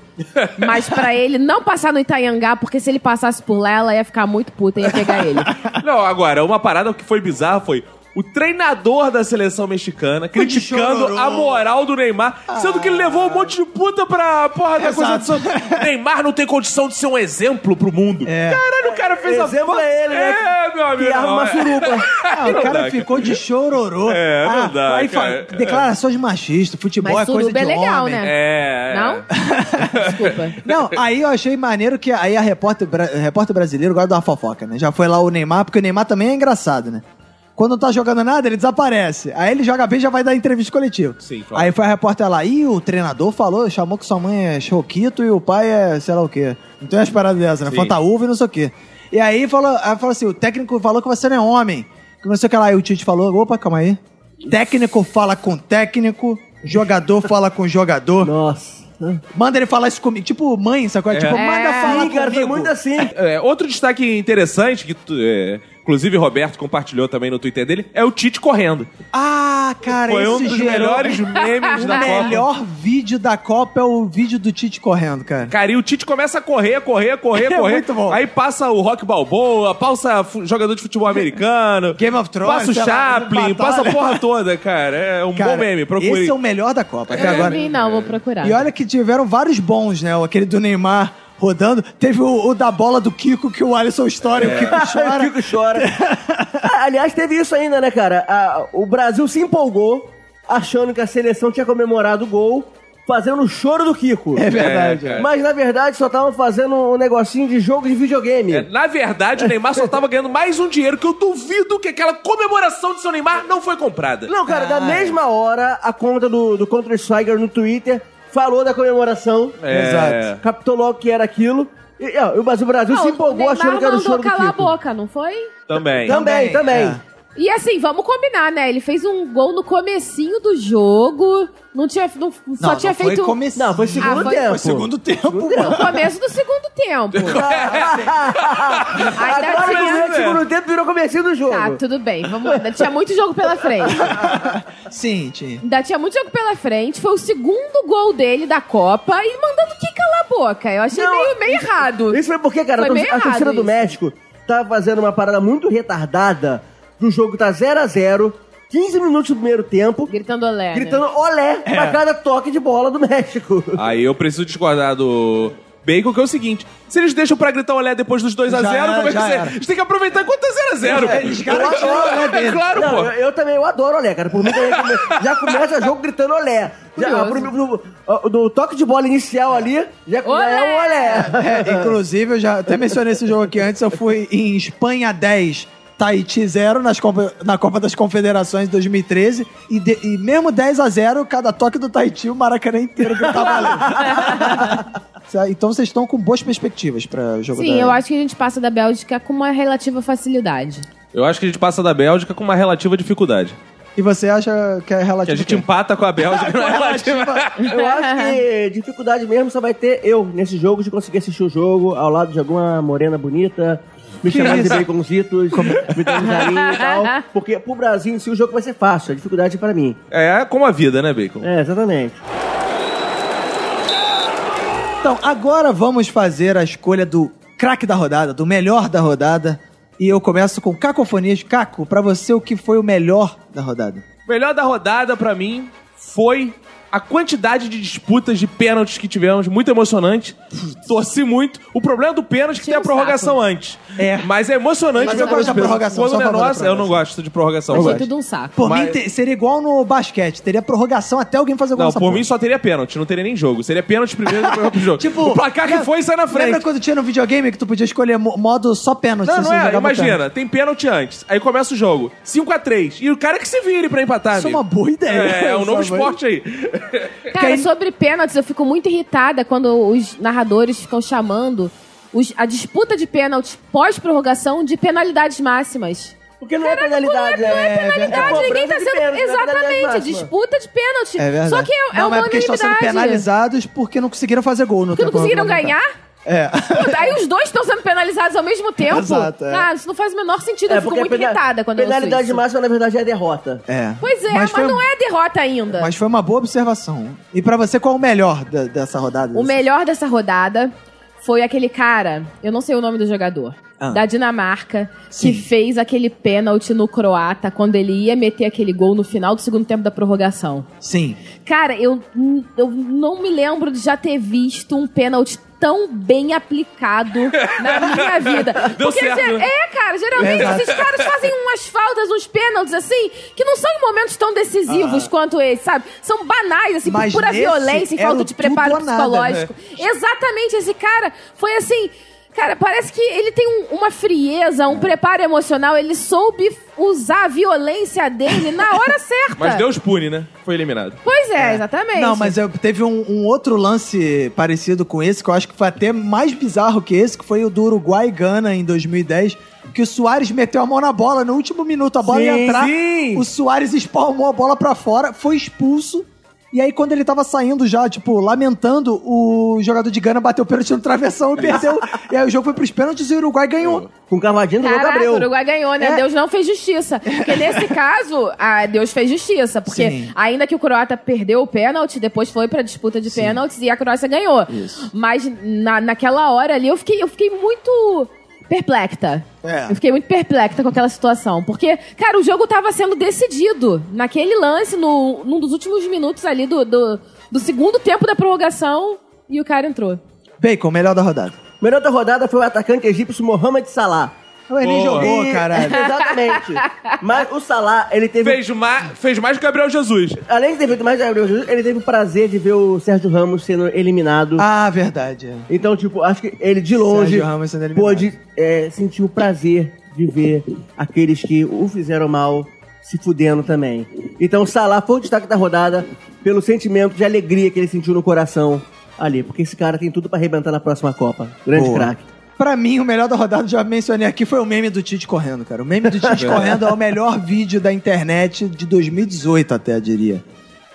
Speaker 4: Mas pra ele não passar no Itaiangá, porque se ele passasse por lá, ela ia ficar muito puta e ia pegar ele.
Speaker 2: Não, agora, uma parada que foi bizarra foi o treinador da seleção mexicana criticando
Speaker 1: chororô.
Speaker 2: a moral do Neymar, sendo que ele levou
Speaker 3: Ah.
Speaker 2: um monte de puta pra porra da
Speaker 1: Exato.
Speaker 2: coisa do Neymar não tem condição de ser um exemplo pro mundo.
Speaker 1: É.
Speaker 2: Caralho, o cara fez a
Speaker 3: Exemplo
Speaker 2: fa-
Speaker 3: é ele, né?
Speaker 2: É, meu amigo.
Speaker 3: Que arma
Speaker 2: não,
Speaker 3: uma
Speaker 2: é.
Speaker 3: suruba.
Speaker 1: Ah,
Speaker 2: Não
Speaker 1: o
Speaker 2: dá,
Speaker 1: cara
Speaker 2: cara.
Speaker 1: ficou de chororô.
Speaker 2: É, não
Speaker 1: ah,
Speaker 2: dá,
Speaker 1: aí fala,
Speaker 2: cara.
Speaker 1: declarações machistas, futebol
Speaker 4: Mas
Speaker 1: é coisa de
Speaker 4: suruba é legal,
Speaker 1: homem.
Speaker 4: né?
Speaker 2: É.
Speaker 4: Não? Desculpa.
Speaker 1: Não, aí eu achei maneiro que aí a repórter, bra- repórter brasileira gosta de uma fofoca, né? Já foi lá o Neymar, porque o Neymar também é engraçado, né? Quando não tá jogando nada, ele desaparece. Aí ele joga bem e já vai dar entrevista coletiva.
Speaker 2: Sim, claro.
Speaker 1: Aí foi a repórter lá, e o treinador falou, chamou que sua mãe é choquito e o pai é sei lá o quê. Não tem umas paradas dessas, né?
Speaker 2: Sim.
Speaker 1: Fantaúva e não sei o quê. E aí falou, aí falou assim, o técnico falou que você não é homem. Que não sei o que lá. Aí o Tite falou, opa, calma aí. Técnico fala com técnico, jogador fala com jogador.
Speaker 3: Nossa.
Speaker 1: Manda ele falar isso comigo. Tipo, mãe, sacou? Tipo, manda
Speaker 4: É.
Speaker 1: falar
Speaker 3: Sim, cara, foi
Speaker 1: comigo.
Speaker 3: muito assim.
Speaker 2: É, outro destaque interessante, que tu- é, inclusive o Roberto compartilhou também no Twitter dele, é o Tite correndo.
Speaker 1: Ah, cara,
Speaker 2: Foi
Speaker 1: esse
Speaker 2: um dos
Speaker 1: gerou-
Speaker 2: melhores memes
Speaker 1: O
Speaker 2: da Copa.
Speaker 1: melhor vídeo da Copa é o vídeo do Tite correndo, cara.
Speaker 2: Cara, e o Tite começa a correr, correr, correr,
Speaker 1: É
Speaker 2: correr.
Speaker 1: muito bom.
Speaker 2: Aí passa o Rock Balboa, passa fu- jogador de futebol americano.
Speaker 1: Game of Thrones,
Speaker 2: Passa o
Speaker 1: sei lá,
Speaker 2: Chaplin,
Speaker 1: batalha.
Speaker 2: passa a porra toda, cara. É um
Speaker 1: Cara,
Speaker 2: bom meme, procure.
Speaker 1: Esse é o melhor da Copa até
Speaker 4: Eu não
Speaker 1: agora.
Speaker 4: vi, não, vou procurar.
Speaker 1: E olha que tiveram vários bons, né? Aquele do Neymar rodando. Teve o, o da bola do Kiko, que o Alisson estoura
Speaker 2: É.
Speaker 1: e o Kiko chora.
Speaker 3: o Kiko chora. Ah, Aliás, teve isso ainda, né, cara? Ah, o Brasil se empolgou achando que a seleção tinha comemorado o gol fazendo o choro do Kiko.
Speaker 1: É verdade.
Speaker 2: É, cara.
Speaker 3: Mas na verdade só estavam fazendo um negocinho de jogo de videogame.
Speaker 2: É, na verdade, o Neymar só tava ganhando mais um dinheiro, que eu duvido que aquela comemoração de seu Neymar não foi comprada.
Speaker 3: Não, cara,
Speaker 2: Ah.
Speaker 3: da mesma hora a conta do, do Counter Striker no Twitter falou da comemoração.
Speaker 2: É. Exato.
Speaker 3: Captou logo que era aquilo. E, ó, e o Brasil, o Brasil
Speaker 4: Não,
Speaker 3: se empolgou
Speaker 4: o Neymar
Speaker 3: achando que era o
Speaker 4: mandou
Speaker 3: choro do
Speaker 4: calar a
Speaker 3: Kiko.
Speaker 4: boca, não foi?
Speaker 2: Também.
Speaker 3: Também, também.
Speaker 1: É.
Speaker 4: E assim, vamos combinar, né? Ele fez um gol no comecinho do jogo. Não tinha. Não, só
Speaker 1: Não,
Speaker 4: tinha
Speaker 1: não foi
Speaker 4: feito.
Speaker 1: começo.
Speaker 3: Não, foi
Speaker 1: segundo
Speaker 3: segundo
Speaker 4: Ah, foi-
Speaker 3: tempo.
Speaker 1: Foi É segundo tempo, mano.
Speaker 4: No começo do segundo tempo. Ainda
Speaker 3: Agora
Speaker 4: tinha-
Speaker 3: que o segundo tempo virou comecinho do jogo.
Speaker 4: Tá, tudo bem. Vamos ainda Tinha muito jogo pela frente.
Speaker 1: Sim, tinha.
Speaker 4: Ainda tinha muito jogo pela frente. Foi o segundo gol dele da Copa e mandando que calar a boca. Eu achei
Speaker 3: Não,
Speaker 4: meio, meio errado.
Speaker 3: Isso foi porque, cara,
Speaker 4: Foi
Speaker 3: a, torci-
Speaker 4: meio
Speaker 3: a
Speaker 4: errado
Speaker 3: torcida do
Speaker 4: isso.
Speaker 3: México tava fazendo uma parada muito retardada do jogo tá 0 a 0 15 minutos do primeiro tempo,
Speaker 4: Gritando olé. né?
Speaker 3: gritando olé pra cada toque de bola do México.
Speaker 2: Aí eu preciso discordar do Bacon, que é o seguinte: se eles deixam pra gritar olé depois dos 2x0,
Speaker 1: Já era,
Speaker 2: como é que
Speaker 1: já
Speaker 2: você.
Speaker 1: era.
Speaker 2: A gente tem que aproveitar enquanto é 0x0.
Speaker 1: É, eles garantiram o olé dele.
Speaker 2: é Claro,
Speaker 3: Não,
Speaker 2: pô.
Speaker 3: eu, eu também eu adoro olé, cara. Por mim também come- já começa o jogo gritando olé. Já,
Speaker 4: Curioso.
Speaker 3: pro- no, no- no toque de bola inicial ali, já
Speaker 4: Olé!
Speaker 3: é um olé.
Speaker 1: É, inclusive, eu já até mencionei esse jogo aqui antes. Eu fui em Espanha 10, Tahiti 0 nas Copa- na Copa das Confederações de 2013. E, de- e mesmo 10 a 0 cada toque do Tahiti, o Maracanã inteiro gritava ali. então vocês estão com boas perspectivas para o jogo
Speaker 4: Sim,
Speaker 1: da-
Speaker 4: eu acho que a gente passa da Bélgica com uma relativa facilidade.
Speaker 2: Eu acho que a gente passa da Bélgica com uma relativa dificuldade.
Speaker 1: E você acha que é
Speaker 2: Que
Speaker 1: relativo?
Speaker 2: a gente empata com a Bélgica na relativa.
Speaker 3: Eu acho que dificuldade mesmo só vai ter eu nesse jogo de conseguir assistir o jogo ao lado de alguma morena bonita, me chamando de
Speaker 1: isso?
Speaker 3: baconzitos, me dando um carinho e tal. Porque pro Brasil em si o jogo vai ser fácil, a dificuldade é pra mim.
Speaker 2: É como a vida, né, Bacon?
Speaker 3: É, exatamente.
Speaker 1: Então, agora vamos fazer a escolha do craque da rodada, do melhor da rodada. E eu começo com Cacofonias. Caco, pra você, o que foi o melhor da rodada?
Speaker 2: O melhor da rodada pra mim foi a quantidade de disputas de pênaltis que tivemos, muito emocionante. Torci muito. O problema do pênalti é que tem
Speaker 4: Tira
Speaker 2: a
Speaker 4: o
Speaker 2: prorrogação antes.
Speaker 1: É.
Speaker 2: Mas é emocionante
Speaker 1: Mas
Speaker 2: ver
Speaker 1: eu gosto da
Speaker 2: quando-
Speaker 1: prorrogação, só
Speaker 2: Quando é
Speaker 1: falando da
Speaker 2: nossa, eu não gosto de prorrogação.
Speaker 1: Então
Speaker 4: Achei
Speaker 2: Eu gosto.
Speaker 4: tudo um saco.
Speaker 1: Por
Speaker 2: Mas-
Speaker 1: mim, te- seria igual no basquete. Teria prorrogação até alguém fazer gol
Speaker 2: Não,
Speaker 1: nessa
Speaker 2: por
Speaker 1: porra.
Speaker 2: mim só teria pênalti, não teria nem jogo. Seria pênalti primeiro e depois vai pro jogo. o placar que
Speaker 1: lembra-
Speaker 2: foi sai na
Speaker 1: Tipo, Lembra
Speaker 2: é frente.
Speaker 1: quando tinha no videogame que tu podia escolher mo- modo só pênalti?
Speaker 2: Não,
Speaker 1: se
Speaker 2: não
Speaker 1: você
Speaker 2: é.
Speaker 1: jogava pênalti?
Speaker 2: Imagina, tem pênalti antes. Aí começa o jogo. 5x3. E o cara que se vire pra empatar.
Speaker 1: Isso é
Speaker 2: amigo.
Speaker 1: uma boa ideia.
Speaker 2: É, é um novo
Speaker 1: Isso é
Speaker 2: esporte aí.
Speaker 4: Cara,
Speaker 1: Quem-
Speaker 4: sobre pênaltis, eu fico muito irritada quando os narradores ficam chamando os- a disputa de pênaltis pós-prorrogação de penalidades máximas.
Speaker 3: Porque não é penalidade, né?
Speaker 1: é
Speaker 4: Penalidade,
Speaker 3: cobrança
Speaker 4: ninguém tá
Speaker 3: de
Speaker 4: sendo.
Speaker 3: pênalti, não é penalidade
Speaker 4: Exatamente,
Speaker 3: máxima.
Speaker 4: disputa de
Speaker 1: É
Speaker 4: pênalti.
Speaker 1: verdade.
Speaker 4: Só que é, é
Speaker 1: não,
Speaker 4: uma
Speaker 1: mas é porque eles estão sendo
Speaker 4: unanimidade.
Speaker 1: penalizados porque não conseguiram fazer gol no
Speaker 4: Porque não
Speaker 1: tempo
Speaker 4: conseguiram
Speaker 1: regulamentar.
Speaker 4: ganhar?
Speaker 1: É.
Speaker 4: Pô, Aí os dois estão sendo penalizados ao mesmo tempo.
Speaker 1: Exato, é.
Speaker 4: Cara, isso não faz o menor sentido. eu fico
Speaker 3: É, porque
Speaker 4: muito
Speaker 3: a pena-
Speaker 4: irritada quando eu ouço
Speaker 3: Penalidade
Speaker 4: isso.
Speaker 3: máxima, na verdade, é derrota.
Speaker 1: É.
Speaker 4: Pois é, mas,
Speaker 1: foi-
Speaker 4: não é derrota ainda.
Speaker 1: Mas foi uma boa observação. E pra você, qual é o melhor da- dessa rodada?
Speaker 4: O melhor dessa rodada foi aquele cara, eu não sei o nome do jogador,
Speaker 1: Ah.
Speaker 4: da Dinamarca,
Speaker 1: Sim.
Speaker 4: que fez aquele pênalti no croata quando ele ia meter aquele gol no final do segundo tempo da prorrogação.
Speaker 1: Sim.
Speaker 4: Cara, eu, eu não me lembro de já ter visto um pênalti tão bem aplicado na minha vida.
Speaker 2: Deu certo,
Speaker 4: ge-
Speaker 2: né?
Speaker 4: É, cara, geralmente
Speaker 1: Exato.
Speaker 4: esses caras fazem umas faltas, uns pênaltis, assim, que não são em momentos tão decisivos
Speaker 2: Ah.
Speaker 4: quanto esse, sabe? São banais, assim, por
Speaker 1: Mas
Speaker 4: pura
Speaker 1: nesse
Speaker 4: violência e
Speaker 1: era
Speaker 4: falta
Speaker 1: o
Speaker 4: de
Speaker 1: tudo né?
Speaker 4: preparo
Speaker 1: ou nada,
Speaker 4: psicológico. Exatamente, esse cara foi assim... Cara, parece que ele tem um- uma frieza,
Speaker 2: É.
Speaker 4: um preparo emocional. Ele soube usar a violência dele na hora certa.
Speaker 2: Mas Deus pune, né? Foi eliminado.
Speaker 4: Pois é, exatamente.
Speaker 1: Não, mas eu- teve um, um outro lance parecido com esse, que eu acho que foi até mais bizarro que esse, que foi o do Uruguai e Gana em 2010, que o Soares meteu a mão na bola no último minuto, a bola
Speaker 3: Sim,
Speaker 1: ia entrar,
Speaker 2: sim.
Speaker 1: o Soares espalmou a bola pra fora, foi expulso, e aí quando ele tava saindo já, tipo, lamentando, o jogador de Gana bateu o pênalti no travessão e perdeu, e aí o jogo foi pros pênaltis e o Uruguai ganhou.
Speaker 3: Com cavadinho do Louco
Speaker 4: Caraca,
Speaker 3: Abreu.
Speaker 4: o Uruguai ganhou, né?
Speaker 1: É.
Speaker 4: Deus não fez justiça. Porque nesse caso, ah, Deus fez justiça. Porque
Speaker 1: Sim.
Speaker 4: ainda que o croata perdeu o pênalti, depois foi pra disputa de pênaltis e a Croácia ganhou. Mas na, naquela hora ali, eu fiquei, eu fiquei muito perplexa.
Speaker 1: É.
Speaker 4: Eu fiquei muito perplexa com aquela situação. Porque, cara, o jogo tava sendo decidido. Naquele lance, no, num dos últimos minutos ali do, do, do segundo tempo da prorrogação, e o cara entrou.
Speaker 1: Bacon, melhor da rodada.
Speaker 3: Melhor da rodada foi o atacante egípcio Mohamed Salah.
Speaker 1: Ele nem
Speaker 2: Boa.
Speaker 1: jogou,
Speaker 3: E-
Speaker 1: caralho.
Speaker 3: Exatamente. Mas o Salah, ele teve...
Speaker 2: Fez, ma fez mais que o Gabriel Jesus.
Speaker 3: Além de ter feito mais Gabriel Jesus, ele teve o prazer de ver o Sérgio Ramos sendo eliminado.
Speaker 1: Ah, verdade. é.
Speaker 3: Então, tipo, acho que ele de longe
Speaker 1: Sérgio Ramos sendo eliminado.
Speaker 3: pôde é, sentir o prazer de ver aqueles que o fizeram mal se fudendo também. Então, o Salah foi o destaque da rodada pelo sentimento de alegria que ele sentiu no coração ali. Porque esse cara tem tudo pra arrebentar na próxima Copa. Grande
Speaker 1: Boa.
Speaker 3: craque.
Speaker 1: Pra mim, o melhor da rodada, já mencionei aqui, foi o meme do Tite correndo, cara. O meme do Tite correndo é o melhor vídeo da internet de 2018, até, eu diria.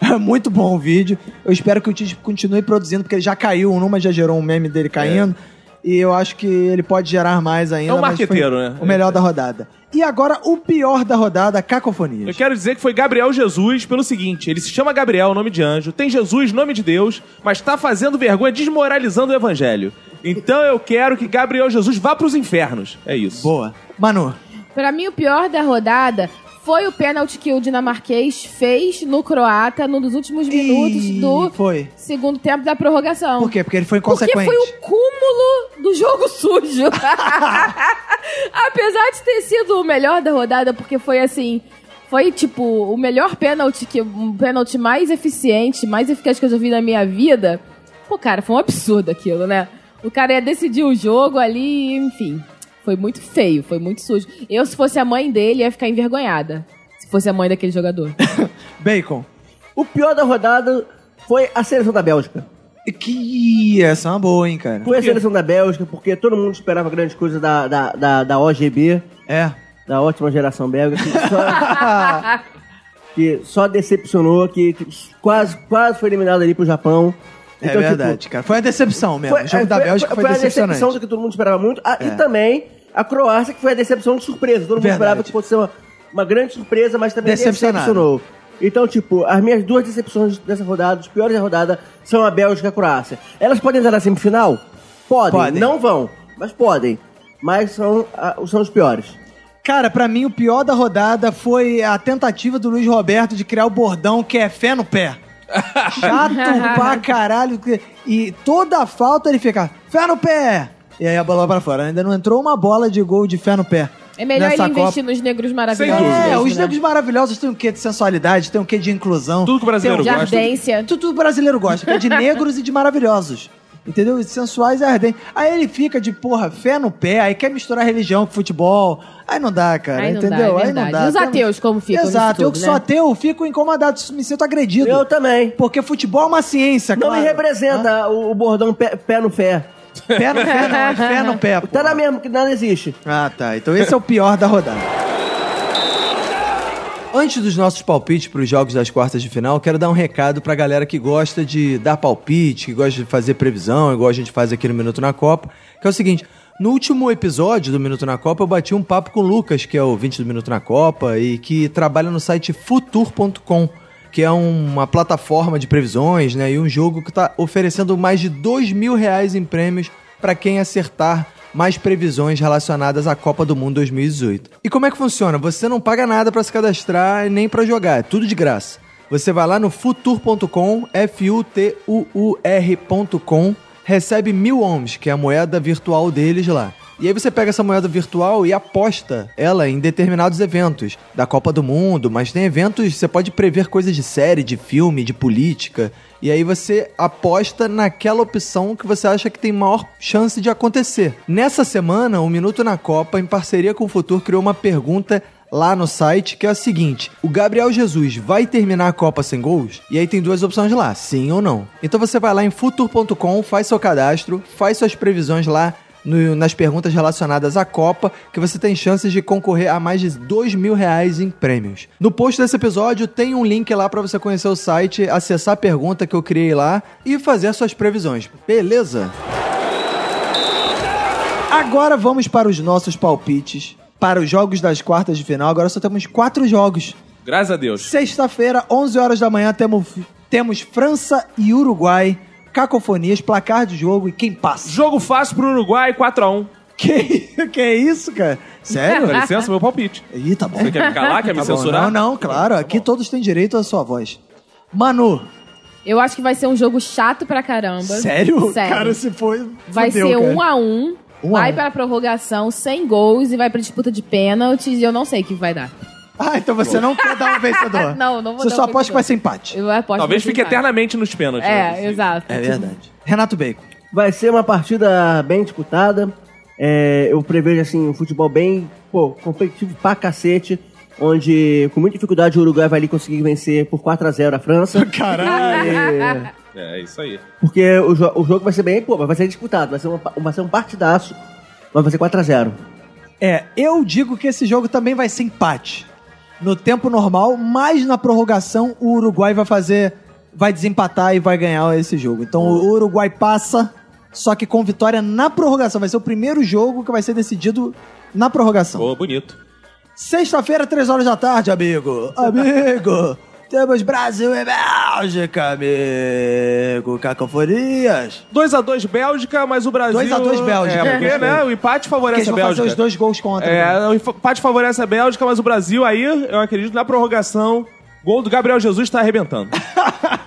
Speaker 1: É muito bom o vídeo. Eu espero que o Tite continue produzindo, porque ele já caiu um numa, já gerou um meme dele caindo. E eu acho que ele pode gerar mais ainda.
Speaker 2: É um
Speaker 1: mas foi
Speaker 2: marqueteiro, né?
Speaker 1: O melhor da rodada. E agora, o pior da rodada,
Speaker 2: Eu
Speaker 1: cacofonias.
Speaker 2: quero dizer que foi Gabriel Jesus pelo seguinte: ele se chama Gabriel, nome de anjo, tem Jesus, nome de Deus, mas tá fazendo vergonha, desmoralizando o evangelho. Então eu quero que Gabriel Jesus vá pros infernos. É isso.
Speaker 1: Boa. Manu,
Speaker 4: Pra mim, o pior da rodada foi o pênalti que o dinamarquês fez no croata num dos últimos minutos
Speaker 1: Ih,
Speaker 4: do
Speaker 1: foi.
Speaker 4: segundo tempo da prorrogação.
Speaker 1: por quê? Porque ele foi
Speaker 4: Porque
Speaker 1: inconsequente.
Speaker 4: foi o cúmulo do jogo sujo. Apesar de ter sido o melhor da rodada, porque foi assim. Foi tipo o melhor pênalti, que um pênalti mais eficiente, mais eficaz que eu já vi na minha vida. Pô, cara, foi um absurdo aquilo, né? O cara ia decidir o jogo ali, enfim. Foi muito feio, foi muito sujo. Eu, se fosse a mãe dele, ia ficar envergonhada. Se fosse a mãe daquele jogador.
Speaker 1: Bacon.
Speaker 3: O pior da rodada foi a seleção da Bélgica.
Speaker 1: Que essa é uma boa, hein, cara.
Speaker 3: Foi a seleção da Bélgica, porque todo mundo esperava grandes coisas da, da, da, da OGB,
Speaker 1: É.
Speaker 3: da ótima geração belga, que só, que só decepcionou, que que quase, quase foi eliminado ali pro Japão.
Speaker 1: É
Speaker 3: Então, tipo,
Speaker 1: verdade, cara. Foi a decepção mesmo. o jogo
Speaker 3: é,
Speaker 1: da Bélgica foi,
Speaker 3: a
Speaker 1: decepcionante.
Speaker 3: decepção do que todo mundo esperava muito. Ah,
Speaker 1: É.
Speaker 3: E também a Croácia, que foi a decepção de surpresa. Todo mundo
Speaker 1: Verdade.
Speaker 3: esperava que fosse ser uma, uma grande surpresa, mas também
Speaker 1: Decepcionado.
Speaker 3: decepcionou. Então, tipo, as minhas duas decepções dessa rodada, os piores da rodada, são a Bélgica e a Croácia. Elas podem entrar na semifinal? Podem.
Speaker 1: Podem.
Speaker 3: Não vão, mas podem. Mas são, ah, são os piores.
Speaker 1: Cara, pra mim o pior da rodada foi a tentativa do Luiz Roberto de criar o bordão que é fé no pé. Chato pra caralho. E toda a falta ele fica, fé no pé! E aí a bola pra fora. Ainda não entrou uma bola de gol de fé no pé.
Speaker 4: É melhor
Speaker 1: nessa
Speaker 4: ele
Speaker 1: Copa.
Speaker 4: investir nos negros maravilhosos.
Speaker 2: Sem dúvida.
Speaker 1: É, os
Speaker 4: né?
Speaker 1: negros maravilhosos têm o quê de sensualidade, têm o quê de inclusão.
Speaker 2: Tudo que o brasileiro
Speaker 4: De
Speaker 2: gosta.
Speaker 4: ardência.
Speaker 1: Tudo É, brasileiro gosta, que é de negros e de maravilhosos. Entendeu? E sensuais e ardentes. Aí ele fica de, porra, fé no pé, aí quer misturar religião com futebol. Aí não dá, cara,
Speaker 4: Aí não dá,
Speaker 1: entendeu?
Speaker 4: é
Speaker 1: aí não
Speaker 4: verdade.
Speaker 1: dá. um
Speaker 4: E os ateus, como ficam nisso
Speaker 1: Exato, eu
Speaker 4: tudo,
Speaker 1: que
Speaker 4: né?
Speaker 1: sou ateu fico incomodado, me sinto agredido.
Speaker 3: Eu também.
Speaker 1: Porque futebol é uma ciência,
Speaker 3: Não
Speaker 1: claro.
Speaker 3: me representa o, o bordão pé, pé no pé.
Speaker 1: Hã? Pé no pé, não, é fé no pé.
Speaker 3: Tá
Speaker 1: porra.
Speaker 3: na mesma, que nada existe.
Speaker 1: Ah, tá. Então esse é o pior da rodada. Antes dos nossos palpites para os jogos das quartas de final, quero dar um recado para a galera que gosta de dar palpite, que gosta de fazer previsão, igual a gente faz aqui no Minuto na Copa, que é o seguinte, no último episódio do Minuto na Copa, eu bati um papo com o Lucas, que é o 20 do Minuto na Copa e que trabalha no site futur.com que é uma plataforma de previsões, né? E um jogo que tá oferecendo mais de 2 mil reais em prêmios para quem acertar mais previsões relacionadas à Copa do Mundo 2018. E como é que funciona? Você não paga nada para se cadastrar e nem para jogar, é tudo de graça. Você vai lá no futur.com, F-U-T-U-U-R.com, recebe mil ohms, que é a moeda virtual deles lá. E aí você pega essa moeda virtual e aposta ela em determinados eventos, da Copa do Mundo, mas tem eventos, você pode prever coisas de série, de filme, de política, e aí você aposta naquela opção que você acha que tem maior chance de acontecer. Nessa semana, o Minuto na Copa, em parceria com o Futur, criou uma pergunta lá no site, que é a seguinte: o Gabriel Jesus vai terminar a Copa sem gols? E aí tem duas opções lá, sim ou não. Então você vai lá em futur.com, faz seu cadastro, faz suas previsões lá. no- nas perguntas relacionadas à Copa, que você tem chances de concorrer a mais de 2 mil reais em prêmios. No post desse episódio tem um link lá para você conhecer o site, acessar a pergunta que eu criei lá e fazer suas previsões. Beleza? Agora vamos para os nossos palpites para os jogos das quartas de final. Agora só temos quatro jogos.
Speaker 2: Graças a Deus.
Speaker 1: Sexta-feira, 11 horas da manhã, temos, temos França e Uruguai. Cacofonias, placar de jogo e quem passa.
Speaker 2: Jogo fácil pro Uruguai, 4x1.
Speaker 1: Que, que é isso, cara?
Speaker 2: Com
Speaker 1: Sério?
Speaker 2: licença, meu palpite.
Speaker 1: Ih, tá bom.
Speaker 2: Você quer me calar, quer me
Speaker 1: Tá bom.
Speaker 2: censurar?
Speaker 1: Não, não, claro. Aqui todos têm direito à sua voz. Manu,
Speaker 4: Eu acho que vai ser um jogo chato pra caramba.
Speaker 1: sério?
Speaker 4: Sério.
Speaker 1: Cara, se foi.
Speaker 4: vai
Speaker 1: fudeu,
Speaker 4: ser
Speaker 1: cara.
Speaker 4: um a um.
Speaker 1: Um a
Speaker 4: vai
Speaker 1: um.
Speaker 4: pra prorrogação, sem gols e vai pra disputa de pênaltis. E eu não sei o que vai dar.
Speaker 1: Ah, então você não quer dar um vencedor.
Speaker 4: Não, não vou
Speaker 1: Você
Speaker 4: dar
Speaker 1: só
Speaker 4: um
Speaker 1: aposta que
Speaker 4: vencedor.
Speaker 1: vai ser empate.
Speaker 4: Eu aposto
Speaker 2: Talvez
Speaker 4: que
Speaker 2: fique
Speaker 4: vai.
Speaker 2: eternamente nos pênaltis.
Speaker 4: É,
Speaker 2: né?
Speaker 4: exato.
Speaker 1: É verdade. Renato Bacon.
Speaker 3: Vai ser uma partida bem disputada. É, eu prevejo assim um futebol bem pô, competitivo pra cacete, onde com muita dificuldade o Uruguai vai ali conseguir vencer por 4 a 0 a França.
Speaker 1: Caralho.
Speaker 3: É,
Speaker 2: É, isso aí.
Speaker 3: porque o, jo- o jogo vai ser bem, pô, mas vai ser disputado, vai ser, uma, vai ser um partidaço, mas vai ser 4 a 0
Speaker 1: É, eu digo que esse jogo também vai ser empate. No tempo normal, mas na prorrogação, o Uruguai vai fazer. Vai desempatar e vai ganhar esse jogo. Então o Uruguai passa, só que com vitória na prorrogação. Vai ser o primeiro jogo que vai ser decidido na prorrogação.
Speaker 2: Boa, bonito.
Speaker 1: Sexta-feira, três horas da tarde, amigo. Amigo! Temos Brasil e Bélgica, amigo. Cacofonias.
Speaker 2: 2x2 Bélgica, mas o Brasil.
Speaker 1: 2x2 Bélgica.
Speaker 2: É, porque, né? O empate
Speaker 1: Porque eles
Speaker 2: favorece a
Speaker 1: vão fazer
Speaker 2: Bélgica.
Speaker 1: os dois gols contra. né?
Speaker 2: É, o empate favorece a Bélgica, mas o Brasil aí, eu acredito, na prorrogação, gol do Gabriel Jesus tá arrebentando.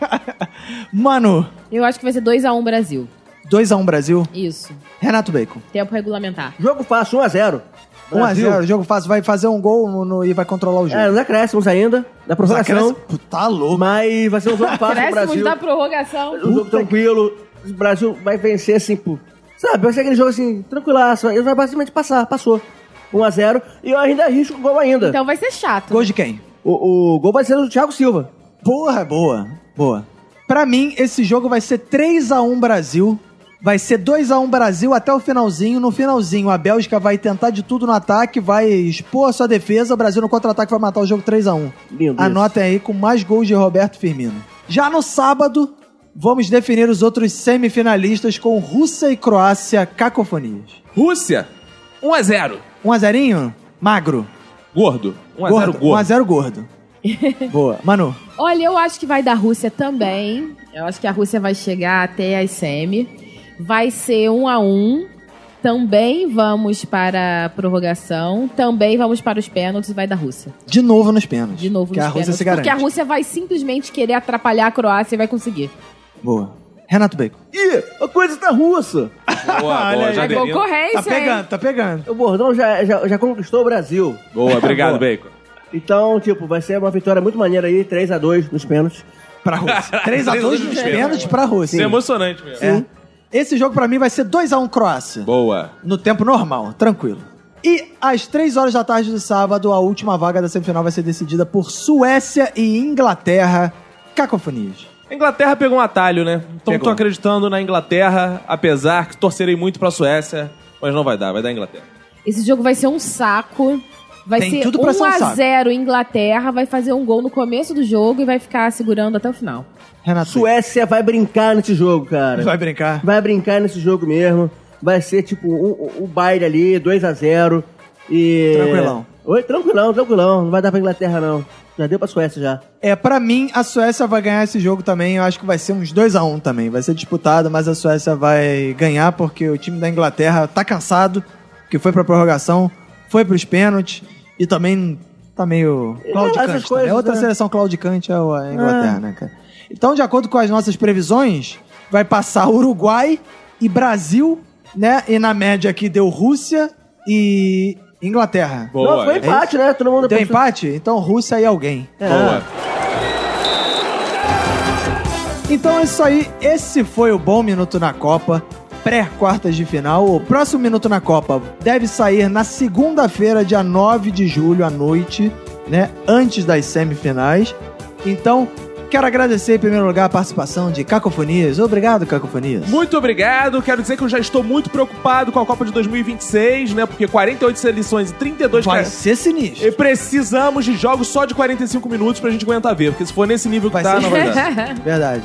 Speaker 1: Mano,
Speaker 4: Eu acho que vai ser 2 a 1 Brasil.
Speaker 1: 2x1 Brasil.
Speaker 4: Isso.
Speaker 1: Renato Bacon.
Speaker 4: Tempo regulamentar.
Speaker 3: Jogo fácil, 1 a 0 Brasil.
Speaker 1: 1x0, jogo fácil, vai fazer um gol no- no- e vai controlar o jogo.
Speaker 3: É, nos acréscimos ainda, na
Speaker 1: Os
Speaker 3: prorrogação,
Speaker 1: acréscimos- Pô, tá louco.
Speaker 3: mas vai ser um jogo fácil pro
Speaker 4: Acréscimos
Speaker 3: Brasil.
Speaker 4: da prorrogação.
Speaker 3: um jogo tranquilo. O Brasil vai vencer assim, pô. Sabe, vai ser aquele jogo assim, tranquilaço. Ele vai basicamente passar, passou. 1x0. E eu ainda arrisco o gol ainda.
Speaker 4: Então vai ser chato.
Speaker 1: Gol de quem?
Speaker 3: O, o gol vai ser do Thiago Silva.
Speaker 1: Porra, boa, boa. Pra mim, esse jogo vai ser 3x1 Brasil. Vai ser 2x1 Brasil até o finalzinho. No finalzinho, a Bélgica vai tentar de tudo no ataque, vai expor a sua defesa. O Brasil no contra-ataque vai matar o jogo 3x1.
Speaker 3: Lindo
Speaker 1: Anotem aí com mais gols de Roberto Firmino. Já no sábado, vamos definir os outros semifinalistas com Rússia e Croácia cacofonias.
Speaker 2: Rússia, 1x0.
Speaker 1: 1x0? Magro.
Speaker 2: Gordo.
Speaker 1: 1x0
Speaker 2: 1x0 gordo.
Speaker 1: gordo. Boa. Manu.
Speaker 4: Olha, eu acho que vai da Rússia também. Eu acho que a Rússia vai chegar até a semi. Vai ser um a um. Também vamos para a prorrogação. Também vamos para os pênaltis. Vai da Rússia.
Speaker 1: De novo nos pênaltis.
Speaker 4: De novo
Speaker 1: Que
Speaker 4: nos
Speaker 1: a Rússia
Speaker 4: pênaltis.
Speaker 1: se garante.
Speaker 4: Porque a Rússia vai simplesmente querer atrapalhar a Croácia e vai conseguir.
Speaker 1: Boa. Renato Bacon.
Speaker 3: Ih, a coisa tá russa.
Speaker 2: Boa, boa, já
Speaker 4: É
Speaker 2: derindo.
Speaker 4: concorrência, hein?
Speaker 1: tá pegando.
Speaker 3: O Bordão já, já, já conquistou o Brasil.
Speaker 2: Boa, obrigado,
Speaker 3: Boa.
Speaker 2: Bacon.
Speaker 3: Então, tipo, vai ser uma vitória muito maneira aí. 3x2 nos pênaltis.
Speaker 1: Pra Rússia. 3x2 nos pênaltis pra
Speaker 2: Isso é
Speaker 1: Rússia.
Speaker 2: emocionante mesmo.
Speaker 1: É. Esse jogo pra mim vai ser 2x1 Croácia.
Speaker 2: Boa.
Speaker 1: No tempo normal, tranquilo. E às 3 horas da tarde de sábado, a última vaga da semifinal vai ser decidida por Suécia e Inglaterra. Cacofonias.
Speaker 2: A Inglaterra pegou um atalho, né? Então tô
Speaker 1: Pegou.
Speaker 2: acreditando na Inglaterra, apesar que torcerei muito pra Suécia, mas não vai dar, vai dar a Inglaterra.
Speaker 4: Esse jogo vai ser um saco. Vai
Speaker 1: Tem
Speaker 4: ser
Speaker 1: tudo pra ser um
Speaker 4: 1 a
Speaker 1: saco.
Speaker 4: 0 Inglaterra. Vai fazer um gol no começo do jogo e vai ficar segurando até o final.
Speaker 1: Renato.
Speaker 3: Suécia vai brincar nesse jogo, cara.
Speaker 1: Vai brincar.
Speaker 3: vai brincar nesse jogo mesmo. Vai ser tipo o um, um baile ali, 2x0. E.
Speaker 1: Tranquilão.
Speaker 3: Oi, tranquilão, tranquilão. Não vai dar pra Inglaterra, não. Já deu pra Suécia já.
Speaker 1: É, pra mim, a Suécia vai ganhar esse jogo também. Eu acho que vai ser uns 2x1 também. Vai ser disputado, mas a Suécia vai ganhar porque o time da Inglaterra tá cansado, que foi pra prorrogação, foi pros pênaltis e também tá meio
Speaker 3: essas
Speaker 1: claudicante.
Speaker 3: coisas,
Speaker 1: É outra
Speaker 3: né?
Speaker 1: seleção claudicante é a Inglaterra, né, cara? Então, de acordo com as nossas previsões, vai passar Uruguai e Brasil né? E na média aqui deu Rússia e Inglaterra.
Speaker 2: Boa. É
Speaker 3: Não, foi empate, né? Todo mundo
Speaker 1: Deu empate? Então Rússia e alguém.
Speaker 3: É.
Speaker 2: Boa.
Speaker 1: Então é isso aí. Esse foi o Bom Minuto na Copa. Pré-quartas de final. O próximo Minuto na Copa deve sair na segunda-feira, dia 9 de julho, à noite, né? Antes das semifinais. Então, quero agradecer em primeiro lugar a participação de Cacofonias. Obrigado, Cacofonias.
Speaker 2: Muito obrigado. Quero dizer que eu já estou muito preocupado com a Copa de 2026, né? Porque 48 seleções e 32
Speaker 1: Vai
Speaker 2: caras.
Speaker 1: ser sinistro.
Speaker 2: E precisamos de jogos só de 45 minutos pra gente aguentar ver. Porque se for nesse nível que
Speaker 1: Vai
Speaker 2: tá,
Speaker 1: ser
Speaker 2: não vai dar.
Speaker 1: Verdade.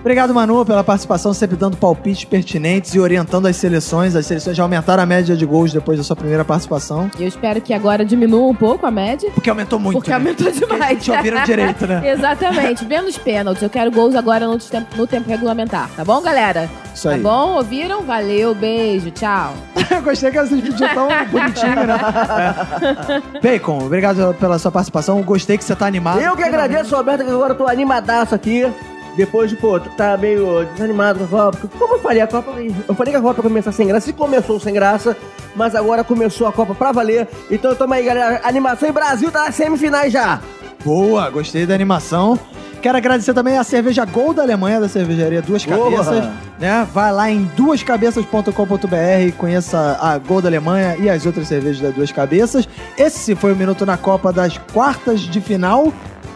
Speaker 1: Obrigado, Manu, pela participação, sempre dando palpites pertinentes e orientando as seleções. As seleções já aumentaram a média de gols depois da sua primeira participação.
Speaker 4: Eu espero que agora diminua um pouco a média.
Speaker 1: Porque aumentou muito.
Speaker 4: porque
Speaker 1: né?
Speaker 4: aumentou
Speaker 1: Porque
Speaker 4: demais.
Speaker 1: Te ouviram direito, né?
Speaker 4: Exatamente. Menos pênaltis. Eu quero gols agora no tempo, no tempo regulamentar. Tá bom, galera?
Speaker 1: Isso aí.
Speaker 4: Tá bom? Ouviram? Valeu, beijo, tchau.
Speaker 1: Eu gostei que ela se despediu tão bonitinho, né? É. Bacon, obrigado pela sua participação. Gostei que você tá animado.
Speaker 3: É. Eu que agradeço, Roberto, que agora eu tô animadaço aqui. Depois de, pô, tá meio desanimado com a Copa. porque Como eu falei, a Copa. Eu falei que a Copa ia começar sem graça. E começou sem graça, mas agora começou a Copa pra valer. Então toma aí, galera. Animação e Brasil tá nas semifinais já.
Speaker 1: Boa, gostei da animação. Quero agradecer também a cerveja Gol da Alemanha, da cervejaria Duas
Speaker 3: Boa.
Speaker 1: Cabeças. Né? Vai lá em duascabeças.com.br, conheça a Gol da Alemanha e as outras cervejas da Duas Cabeças. Esse foi o Minuto na Copa das quartas de final.